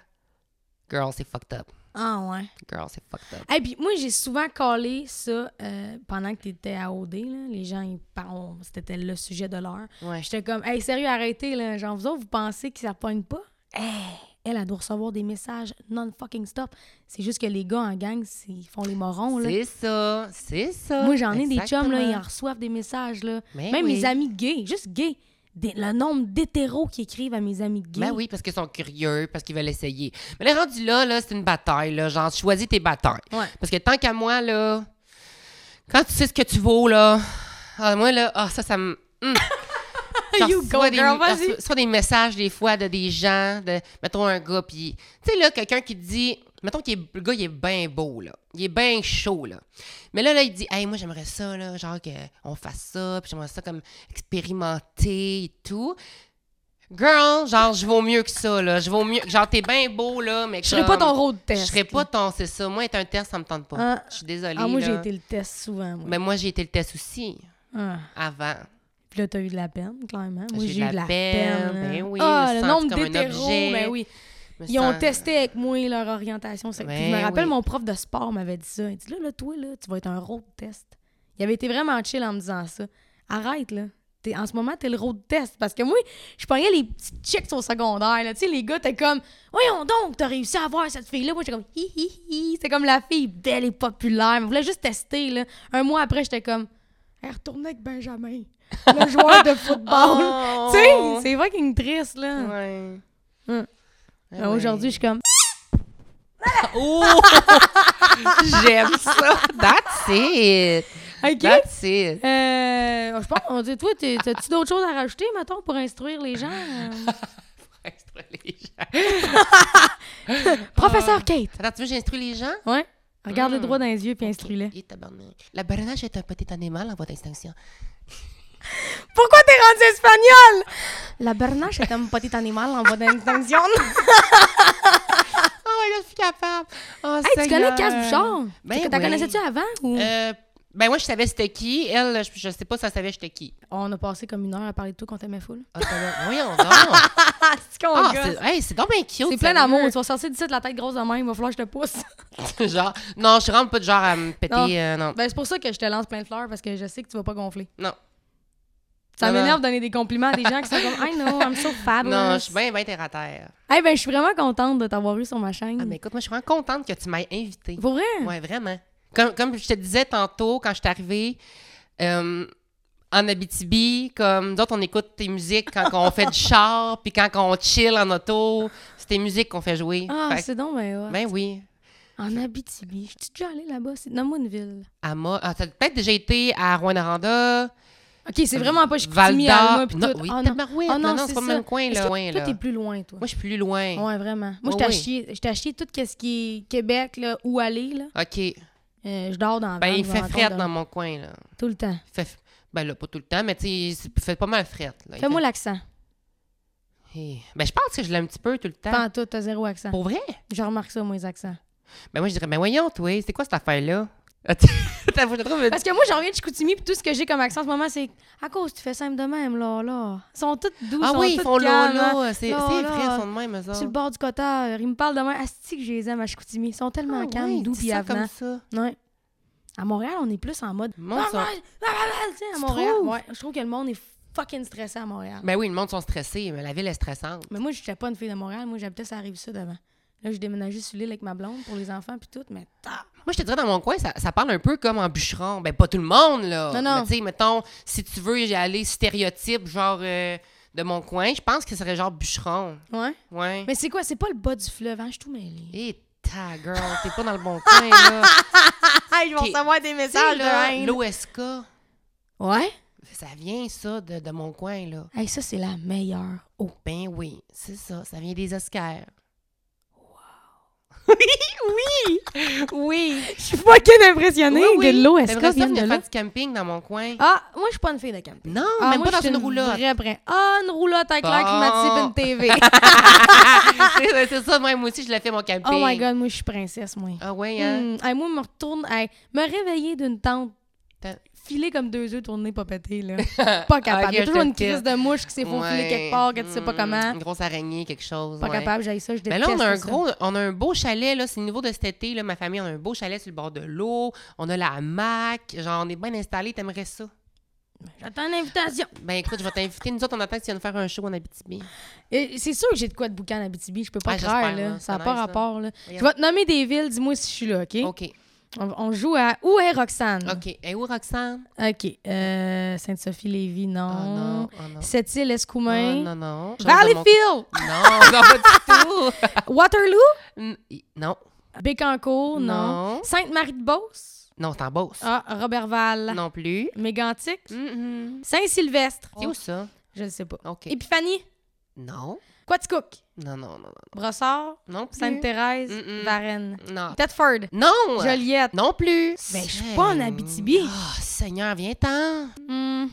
[SPEAKER 2] Girl, c'est fucked up.
[SPEAKER 1] Ah, ouais.
[SPEAKER 2] Girl, c'est fucked up.
[SPEAKER 1] Et puis moi, j'ai souvent collé ça euh, pendant que t'étais à OD. Là. Les gens, ils parlent. C'était le sujet de l'heure.
[SPEAKER 2] Ouais.
[SPEAKER 1] J'étais comme, hey, sérieux, arrêtez, là. Genre, vous autres, vous pensez que ça pogne pas? Hey, elle, elle doit recevoir des messages non-fucking stop. C'est juste que les gars en gang, c'est- ils font les morons, là.
[SPEAKER 2] C'est ça, c'est ça.
[SPEAKER 1] Moi, j'en ai des chums, là,
[SPEAKER 2] Exactement.
[SPEAKER 1] ils en reçoivent des messages, là.
[SPEAKER 2] Mais
[SPEAKER 1] Même
[SPEAKER 2] oui.
[SPEAKER 1] mes amis gays, juste gays. Des- le nombre d'hétéros qui écrivent à mes amis gays.
[SPEAKER 2] Ben oui, parce qu'ils sont curieux, parce qu'ils veulent essayer. Mais les rendus là, là c'est une bataille. Là. Genre, choisis tes batailles.
[SPEAKER 1] Ouais.
[SPEAKER 2] Parce que tant qu'à moi, là, quand tu sais ce que tu vaux, là, ah, moi, là, ah, ça, ça me. hum. J'en
[SPEAKER 1] You
[SPEAKER 2] reçois
[SPEAKER 1] go,
[SPEAKER 2] des,
[SPEAKER 1] girl,
[SPEAKER 2] j'en
[SPEAKER 1] vas-y.
[SPEAKER 2] reçois- reçois des messages, des fois, de des gens, de, mettons, un gars, puis, tu sais, là, quelqu'un qui te dit, mettons, qu'il est- le gars, il est bien beau, là. Il est bien chaud, là. Mais là, là, il dit, hey, moi, j'aimerais ça, là, genre, qu'on fasse ça, puis j'aimerais ça, comme, expérimenter et tout. Girl, genre, je vaux mieux que ça, là. Je vaux mieux. Genre, t'es bien beau, là, mais
[SPEAKER 1] Je serais pas
[SPEAKER 2] comme-
[SPEAKER 1] ton road
[SPEAKER 2] je
[SPEAKER 1] test.
[SPEAKER 2] serais pas ton, c'est ça. Moi, être un test, ça me tente pas.
[SPEAKER 1] Ah.
[SPEAKER 2] je suis désolée.
[SPEAKER 1] Ah, moi,
[SPEAKER 2] là.
[SPEAKER 1] j'ai été le test souvent, moi.
[SPEAKER 2] Mais moi, j'ai été le test aussi,
[SPEAKER 1] Ah.
[SPEAKER 2] avant.
[SPEAKER 1] Puis là, t'as eu de la peine, clairement. Moi,
[SPEAKER 2] J'ai
[SPEAKER 1] j'ai eu de la peine.
[SPEAKER 2] ben oui,
[SPEAKER 1] ah,
[SPEAKER 2] je me
[SPEAKER 1] le
[SPEAKER 2] sens
[SPEAKER 1] nombre
[SPEAKER 2] comme un
[SPEAKER 1] d'hétéros,
[SPEAKER 2] objet.
[SPEAKER 1] ben oui.
[SPEAKER 2] Me
[SPEAKER 1] Ils ont
[SPEAKER 2] sens-
[SPEAKER 1] testé avec moi leur orientation sexuelle. Puis je me
[SPEAKER 2] Ben
[SPEAKER 1] rappelle,
[SPEAKER 2] euh, oui.
[SPEAKER 1] mon prof de sport m'avait dit ça. Il dit Là, là, toi, là, tu vas être un road test. Il avait été vraiment chill en me disant ça. Arrête, là. T'es- en ce moment, t'es le road test. Parce que moi, je pognais les petits chicks au secondaire. Là. Tu sais, les gars, t'es comme Voyons donc, t'as réussi à voir cette fille-là. Moi, j'étais comme Hi hi hi. C'était comme la fille belle et populaire. Mais voulait juste tester. Là. Un mois après, j'étais comme elle retournait avec Benjamin, le joueur de football.
[SPEAKER 2] Oh!
[SPEAKER 1] Tu sais, c'est fucking triste, là.
[SPEAKER 2] Ouais.
[SPEAKER 1] Hum.
[SPEAKER 2] Ah
[SPEAKER 1] Alors,
[SPEAKER 2] ouais.
[SPEAKER 1] Aujourd'hui, je suis comme.
[SPEAKER 2] Oh! J'aime ça. That's it.
[SPEAKER 1] OK.
[SPEAKER 2] That's it.
[SPEAKER 1] Euh, je pense, on dit, toi, t'es- t'as-tu d'autres choses à rajouter, mettons, pour instruire les gens? Euh,
[SPEAKER 2] Instruire les gens.
[SPEAKER 1] Professeur Kate,
[SPEAKER 2] Attends, tu veux que j'instruis les gens?
[SPEAKER 1] Ah. ouais? Regarde le
[SPEAKER 2] Mm.
[SPEAKER 1] droit dans les yeux puis instruis-les.
[SPEAKER 2] Et tabarnak. La barnage est un petit animal en voie d'extinction.
[SPEAKER 1] Pourquoi t'es rendu espagnol? La bernache est un petit animal en voie d'intention.
[SPEAKER 2] Oh, my God, je suis capable. Oh,
[SPEAKER 1] hey, tu
[SPEAKER 2] Seigneur.
[SPEAKER 1] connais Cass Bouchard?
[SPEAKER 2] Ben
[SPEAKER 1] Tu- T'as
[SPEAKER 2] oui.
[SPEAKER 1] connaissais-tu avant? Ou...
[SPEAKER 2] Euh, ben moi, je savais c'était qui. Elle, je, je sais pas si elle savait j'étais qui.
[SPEAKER 1] On a passé comme une heure à parler de tout quand t'aimais fou.
[SPEAKER 2] Ah, ça va. voyons donc.
[SPEAKER 1] Ah, c'est con,
[SPEAKER 2] Ah, c'est hey, c'est donc bien cute.
[SPEAKER 1] C'est plein
[SPEAKER 2] sérieux.
[SPEAKER 1] d'amour. Tu vas sortir d'ici de la tête grosse de même. Il va falloir que je te pousse.
[SPEAKER 2] genre, non, je suis vraiment pas du genre à me péter.
[SPEAKER 1] Non.
[SPEAKER 2] euh, non.
[SPEAKER 1] ben, c'est pour ça que je te lance plein de fleurs parce que je sais que tu vas pas gonfler.
[SPEAKER 2] Non.
[SPEAKER 1] Ça
[SPEAKER 2] Non, non.
[SPEAKER 1] m'énerve de donner des compliments à des gens qui sont comme I know, I'm so fabulous.
[SPEAKER 2] Non, je suis bien, bien terre à terre.
[SPEAKER 1] Eh ben, je suis vraiment contente de t'avoir eu sur ma chaîne.
[SPEAKER 2] Ah, mais écoute, moi, je suis vraiment contente que tu m'aies invitée.
[SPEAKER 1] Pour vrai?
[SPEAKER 2] Ouais, vraiment. Comme, comme je te disais tantôt, quand je suis arrivée euh, en Abitibi, comme d'autres, on écoute tes musiques quand on fait du char, puis quand on chill en auto, c'est tes musiques qu'on fait jouer.
[SPEAKER 1] Ah,
[SPEAKER 2] Fait que-
[SPEAKER 1] c'est donc, ben, ouais.
[SPEAKER 2] ben oui.
[SPEAKER 1] En Abitibi. Je suis déjà allée là-bas. C'est nomme une ville.
[SPEAKER 2] À moi, ah, t'as peut-être déjà été à Rwanda,
[SPEAKER 1] Ok, c'est vraiment pas Chicoutimi, Alma,
[SPEAKER 2] Val-d'Or.
[SPEAKER 1] puis
[SPEAKER 2] Euh, Non,
[SPEAKER 1] tout.
[SPEAKER 2] oui,
[SPEAKER 1] Ah, non.
[SPEAKER 2] Tabarouette.
[SPEAKER 1] Ah, non,
[SPEAKER 2] non, non,
[SPEAKER 1] c'est
[SPEAKER 2] c'est pas le
[SPEAKER 1] ça.
[SPEAKER 2] même coin,
[SPEAKER 1] Est-ce
[SPEAKER 2] là.
[SPEAKER 1] que
[SPEAKER 2] loin,
[SPEAKER 1] toi,
[SPEAKER 2] là.
[SPEAKER 1] t'es plus loin, toi.
[SPEAKER 2] Moi, je suis plus loin.
[SPEAKER 1] Ouais, vraiment. Moi, je
[SPEAKER 2] Oui,
[SPEAKER 1] t'ai
[SPEAKER 2] oui.
[SPEAKER 1] chié- je t'ai acheté tout ce qui est Québec, là, où aller, là.
[SPEAKER 2] OK.
[SPEAKER 1] Euh, je dors dans la
[SPEAKER 2] Ben,
[SPEAKER 1] van,
[SPEAKER 2] il
[SPEAKER 1] je
[SPEAKER 2] fait
[SPEAKER 1] m'entends
[SPEAKER 2] fret
[SPEAKER 1] dans-
[SPEAKER 2] dans mon coin, là.
[SPEAKER 1] Tout le temps.
[SPEAKER 2] Il Fait... f- Ben là, pas tout le temps, mais tu sais, il fait pas mal fret, là. Il
[SPEAKER 1] Fais-moi l'accent.
[SPEAKER 2] fait- Hey. Ben, je pense que je l'ai un petit peu tout le temps.
[SPEAKER 1] Pas en tout, t'as zéro accent.
[SPEAKER 2] Pour vrai?
[SPEAKER 1] Je remarque ça, moi, les accents.
[SPEAKER 2] Ben moi, je dirais, ben voyons, toi, c'est quoi cette affaire-là? Attends, faut que je trouve...
[SPEAKER 1] Parce que moi, j'en reviens de Chicoutimi, puis tout ce que j'ai comme accent en ce moment, c'est à cause tu fais simple de même, là, là. Ils sont toutes doux,
[SPEAKER 2] Ah
[SPEAKER 1] sont
[SPEAKER 2] oui, ils
[SPEAKER 1] toutes
[SPEAKER 2] font là,
[SPEAKER 1] calmes, hein.
[SPEAKER 2] là. C'est c'est
[SPEAKER 1] Là,
[SPEAKER 2] vrai,
[SPEAKER 1] là.
[SPEAKER 2] ils sont de même, eux
[SPEAKER 1] Sur le
[SPEAKER 2] autres.
[SPEAKER 1] bord du cotard, ils me parlent de même. Asti que je les aime à Chicoutimi. Ils sont tellement
[SPEAKER 2] Ah
[SPEAKER 1] calmes,
[SPEAKER 2] oui,
[SPEAKER 1] doux,
[SPEAKER 2] dis
[SPEAKER 1] puis
[SPEAKER 2] ça comme
[SPEAKER 1] avenants.
[SPEAKER 2] ça.
[SPEAKER 1] Ouais. À Montréal, on est plus en mode. Ah,
[SPEAKER 2] Le monde sont-
[SPEAKER 1] Normal, normal, ah, tu sais, à
[SPEAKER 2] Tu
[SPEAKER 1] Montréal.
[SPEAKER 2] trouves?
[SPEAKER 1] Ouais, je trouve que le monde est fucking stressé à Montréal.
[SPEAKER 2] Ben oui, le monde sont stressés, mais la ville est stressante.
[SPEAKER 1] Mais moi, je n'étais pas une fille de Montréal. Moi, j'habitais ça arrive sud avant. Là, j'ai déménagé sur l'île avec ma blonde pour les enfants puis tout, mais ta-
[SPEAKER 2] Moi, je te dirais, dans mon coin, ça, ça parle un peu comme en bûcheron. Ben, pas tout le monde, là.
[SPEAKER 1] Non, non.
[SPEAKER 2] Mais tu sais, mettons, si tu veux y aller stéréotype, genre, euh, de mon coin, je pense que ce serait genre bûcheron.
[SPEAKER 1] Ouais.
[SPEAKER 2] Ouais.
[SPEAKER 1] Mais c'est quoi? C'est pas le bas du fleuve, hein? Je suis tout mêlée.
[SPEAKER 2] Et ta girl, t'es pas dans le bon coin, là.
[SPEAKER 1] Ah, ils
[SPEAKER 2] vont
[SPEAKER 1] recevoir des
[SPEAKER 2] Tu sais, là, l'OSK,
[SPEAKER 1] Ouais?
[SPEAKER 2] ça vient, ça, de, de mon coin, là.
[SPEAKER 1] Hey, ça, c'est la meilleure eau.
[SPEAKER 2] Ben oui, c'est ça. Ça vient des Oscars.
[SPEAKER 1] Oui! Je suis fucking impressionnée
[SPEAKER 2] Oui, oui.
[SPEAKER 1] que de l'eau,
[SPEAKER 2] T'aimerais
[SPEAKER 1] est-ce
[SPEAKER 2] ça
[SPEAKER 1] que vient de
[SPEAKER 2] venir
[SPEAKER 1] là?
[SPEAKER 2] faire du camping dans mon coin?
[SPEAKER 1] Ah, moi, je suis pas une fille de camping.
[SPEAKER 2] Non,
[SPEAKER 1] Ah,
[SPEAKER 2] même
[SPEAKER 1] moi,
[SPEAKER 2] pas
[SPEAKER 1] je
[SPEAKER 2] dans
[SPEAKER 1] suis
[SPEAKER 2] une roulotte.
[SPEAKER 1] vraie brin- Ah, une roulotte à clair climatisée
[SPEAKER 2] Bon.
[SPEAKER 1] puis une TV.
[SPEAKER 2] c'est c'est ça, moi, moi aussi, je l'ai fait mon camping.
[SPEAKER 1] oh my God, moi, je suis princesse, moi.
[SPEAKER 2] Ah ouais, hein?
[SPEAKER 1] Hmm. Hey, moi, me retourne, hey, me réveiller d'une tente,
[SPEAKER 2] Tente.
[SPEAKER 1] filer comme deux œufs tournés, pas pété, là. pas capable. Il y a
[SPEAKER 2] Ok,
[SPEAKER 1] toujours
[SPEAKER 2] je te
[SPEAKER 1] une crise de mouche qui s'est faufilée
[SPEAKER 2] Ouais.
[SPEAKER 1] quelque part, que tu sais pas
[SPEAKER 2] Mm,
[SPEAKER 1] comment.
[SPEAKER 2] Une grosse araignée, quelque chose.
[SPEAKER 1] Pas
[SPEAKER 2] ouais.
[SPEAKER 1] capable, j'ai ça, je
[SPEAKER 2] Ben
[SPEAKER 1] déteste
[SPEAKER 2] là, on a un
[SPEAKER 1] ça.
[SPEAKER 2] gros, on a un beau chalet, là, c'est le niveau de cet été, là, ma famille, on a un beau chalet sur le bord de l'eau, on a la hamac, genre, on est bien installé, t'aimerais ça?
[SPEAKER 1] J'attends l'invitation.
[SPEAKER 2] Ben écoute, je vais t'inviter, nous autres, on attend que tu viennes faire un show en Abitibi.
[SPEAKER 1] Et C'est sûr que j'ai de quoi de boucan à Abitibi, je peux pas
[SPEAKER 2] Ah,
[SPEAKER 1] croire,
[SPEAKER 2] j'espère,
[SPEAKER 1] là.
[SPEAKER 2] là.
[SPEAKER 1] Ça n'a
[SPEAKER 2] C'est
[SPEAKER 1] pas
[SPEAKER 2] nice, là.
[SPEAKER 1] rapport, là. Je
[SPEAKER 2] Voyons.
[SPEAKER 1] vais te nommer des villes, dis-moi si je suis là, OK?
[SPEAKER 2] OK,
[SPEAKER 1] On, on joue à... Où est Roxane? OK.
[SPEAKER 2] OK. Et où, Roxane?
[SPEAKER 1] euh, Sainte-Sophie-Lévis, non.
[SPEAKER 2] Oh non, oh non.
[SPEAKER 1] Sept-Îles,
[SPEAKER 2] Oh,
[SPEAKER 1] Escoumins.
[SPEAKER 2] non, non.
[SPEAKER 1] Valleyfield!
[SPEAKER 2] Non, non, pas du
[SPEAKER 1] Waterloo!
[SPEAKER 2] tout. N- y- Non,
[SPEAKER 1] Bécancourt, Oh, non.
[SPEAKER 2] non.
[SPEAKER 1] Sainte-Marie-de-Beauce.
[SPEAKER 2] Non, c'est en Beauce.
[SPEAKER 1] Ah, Robertval.
[SPEAKER 2] Non plus.
[SPEAKER 1] Mégantic.
[SPEAKER 2] Mhm.
[SPEAKER 1] Saint-Sylvestre.
[SPEAKER 2] C'est où ça?
[SPEAKER 1] Je le sais pas.
[SPEAKER 2] Oh. OK.
[SPEAKER 1] Épiphanie.
[SPEAKER 2] Non.
[SPEAKER 1] Quaticook.
[SPEAKER 2] Non, non, non, non.
[SPEAKER 1] Brossard.
[SPEAKER 2] Non plus.
[SPEAKER 1] Sainte-Thérèse.
[SPEAKER 2] Mm-mm. Mm.
[SPEAKER 1] Varennes.
[SPEAKER 2] Non.
[SPEAKER 1] Thetford.
[SPEAKER 2] Non! euh,
[SPEAKER 1] Joliette.
[SPEAKER 2] Non plus.
[SPEAKER 1] Ben, je suis pas en Abitibi.
[SPEAKER 2] Oh, Seigneur, viens-t'en.
[SPEAKER 1] Mhm.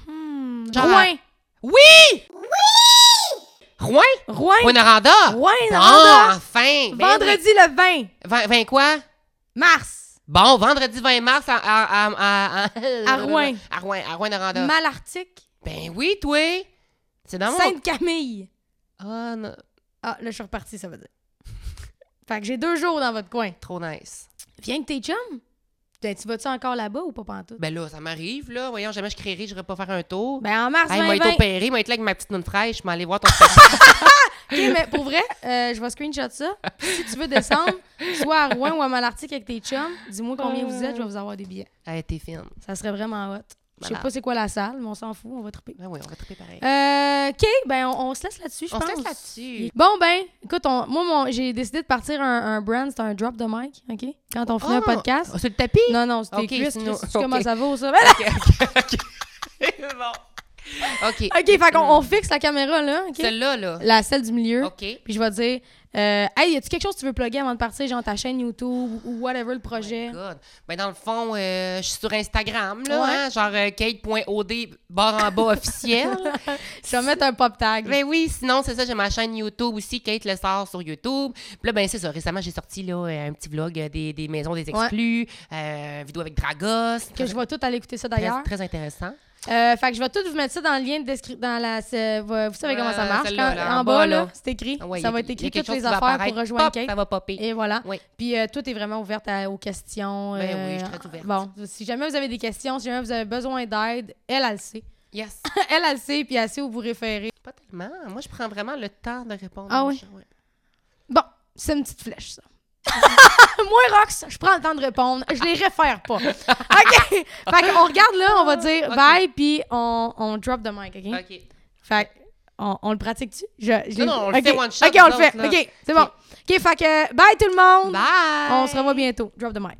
[SPEAKER 2] Genre-
[SPEAKER 1] Rouen.
[SPEAKER 2] Oui! Oui! Rouen?
[SPEAKER 1] Rouen.
[SPEAKER 2] Buonaranda?
[SPEAKER 1] Rouen,
[SPEAKER 2] Bon,
[SPEAKER 1] Noranda.
[SPEAKER 2] enfin! Ben
[SPEAKER 1] Vendredi le 20
[SPEAKER 2] oui. Vingt- vingt quoi?
[SPEAKER 1] mars.
[SPEAKER 2] Bon, vendredi 20 mars à... À, à, à, à-
[SPEAKER 1] À Rouen.
[SPEAKER 2] À Rouen, à Rouen, Noranda.
[SPEAKER 1] Malartic.
[SPEAKER 2] Ben oui, toi! C'est dans mon...
[SPEAKER 1] Sainte-Camille.
[SPEAKER 2] Ah, non.
[SPEAKER 1] Ah, là, je suis repartie, ça veut dire. fait que j'ai deux jours dans votre coin.
[SPEAKER 2] Trop nice.
[SPEAKER 1] Viens que tes chums. Ben, tu vas-tu encore là-bas ou pas pantoute?
[SPEAKER 2] Ben là, ça m'arrive, là. Voyons, jamais je créerai, je pas faire un tour.
[SPEAKER 1] Ben, en mars
[SPEAKER 2] hey, m'a été
[SPEAKER 1] 2020.
[SPEAKER 2] opéré, m'a été là avec ma petite noune fraîche, je m'en aller voir ton spectacle.
[SPEAKER 1] OK, mais pour vrai, euh, je vais screenshot ça. Puis si tu veux descendre, soit à Euh. Rouen ou à Malartic avec tes chums, dis-moi combien vous êtes, je vais vous avoir des billets.
[SPEAKER 2] hey, t'es fine.
[SPEAKER 1] Ça serait vraiment hot. Je sais
[SPEAKER 2] Malade.
[SPEAKER 1] pas c'est quoi la salle, mais on s'en fout, on va triper.
[SPEAKER 2] Ah oui, on va triper pareil.
[SPEAKER 1] Euh, OK, ben on, on se laisse là-dessus, je
[SPEAKER 2] on
[SPEAKER 1] pense.
[SPEAKER 2] se laisse là-dessus.
[SPEAKER 1] Bon, ben, écoute, on- moi, mon- j'ai décidé de partir un, un brand, c'est un drop de mic, OK? Quand on finit un
[SPEAKER 2] Oh!
[SPEAKER 1] podcast.
[SPEAKER 2] Oh, sur le tapis?
[SPEAKER 1] Non, non, c'était
[SPEAKER 2] OK,
[SPEAKER 1] cuisses,
[SPEAKER 2] sinon-
[SPEAKER 1] Chris, tu
[SPEAKER 2] OK.
[SPEAKER 1] comment ça vaut, ça?
[SPEAKER 2] OK, OK, OK. bon. OK.
[SPEAKER 1] OK, fait qu'on on fixe la caméra, là, OK?
[SPEAKER 2] Celle-là, là.
[SPEAKER 1] La celle du milieu.
[SPEAKER 2] OK.
[SPEAKER 1] Puis je vais dire, euh, hey, y a-tu quelque chose que tu veux plugger avant de partir, genre ta chaîne YouTube ou- ou whatever le projet?
[SPEAKER 2] Oh my God. Ben, dans le fond, euh, je suis sur Instagram, là,
[SPEAKER 1] Ouais.
[SPEAKER 2] hein, genre euh, kate.od, barre en bas officiel.
[SPEAKER 1] je vais mettre un pop tag.
[SPEAKER 2] Ben oui, sinon, c'est ça, j'ai ma chaîne YouTube aussi, Kate Le Sort sur YouTube. Puis là, ben c'est ça, récemment, j'ai sorti là, euh, un petit vlog euh, des, des maisons des exclus, euh, vidéo avec Dragos.
[SPEAKER 1] que je vais tout aller écouter ça
[SPEAKER 2] très,
[SPEAKER 1] d'ailleurs.
[SPEAKER 2] très intéressant.
[SPEAKER 1] Euh, fait que je vais tout vous mettre ça dans le lien de description. Dans la, c'est- vous vous savez comment ça
[SPEAKER 2] Euh,
[SPEAKER 1] marche.
[SPEAKER 2] celle-là,
[SPEAKER 1] quand-
[SPEAKER 2] là,
[SPEAKER 1] en,
[SPEAKER 2] en
[SPEAKER 1] bas,
[SPEAKER 2] bas,
[SPEAKER 1] là,
[SPEAKER 2] là.
[SPEAKER 1] c'est écrit.
[SPEAKER 2] Ah ouais,
[SPEAKER 1] ça
[SPEAKER 2] y a-
[SPEAKER 1] va être
[SPEAKER 2] y a
[SPEAKER 1] écrit
[SPEAKER 2] quelque
[SPEAKER 1] toutes les
[SPEAKER 2] chose qui va
[SPEAKER 1] affaires
[SPEAKER 2] apparaître.
[SPEAKER 1] pour rejoindre
[SPEAKER 2] Pop,
[SPEAKER 1] Kate.
[SPEAKER 2] Ça va popper.
[SPEAKER 1] Et voilà.
[SPEAKER 2] Oui.
[SPEAKER 1] Puis euh, tout est vraiment ouverte à- aux questions.
[SPEAKER 2] Ben
[SPEAKER 1] euh,
[SPEAKER 2] oui, je suis très ouverte.
[SPEAKER 1] Bon, si jamais vous avez des questions, si jamais vous avez besoin d'aide, elle, elle le sait.
[SPEAKER 2] Yes.
[SPEAKER 1] elle, elle le sait, puis elle sait où vous référer.
[SPEAKER 2] Pas tellement. Moi, je prends vraiment le temps de répondre.
[SPEAKER 1] Ah
[SPEAKER 2] aux
[SPEAKER 1] oui?
[SPEAKER 2] gens, ouais.
[SPEAKER 1] Bon, c'est une petite flèche, ça. Moi, Rox, je prends le temps de répondre. Je les réfère pas. OK. fait qu'on regarde là, on va dire
[SPEAKER 2] Ok.
[SPEAKER 1] bye, puis on, on drop the mic, OK?
[SPEAKER 2] OK.
[SPEAKER 1] Fait que, on, on le pratique-tu? Je, je l'ai-
[SPEAKER 2] Non, non, on le
[SPEAKER 1] Ok.
[SPEAKER 2] fait one shot,
[SPEAKER 1] OK, on le
[SPEAKER 2] nous
[SPEAKER 1] fait.
[SPEAKER 2] autres, là.
[SPEAKER 1] OK, c'est bon. OK, fait que bye tout le monde.
[SPEAKER 2] Bye!
[SPEAKER 1] On se revoit bientôt. Drop the mic.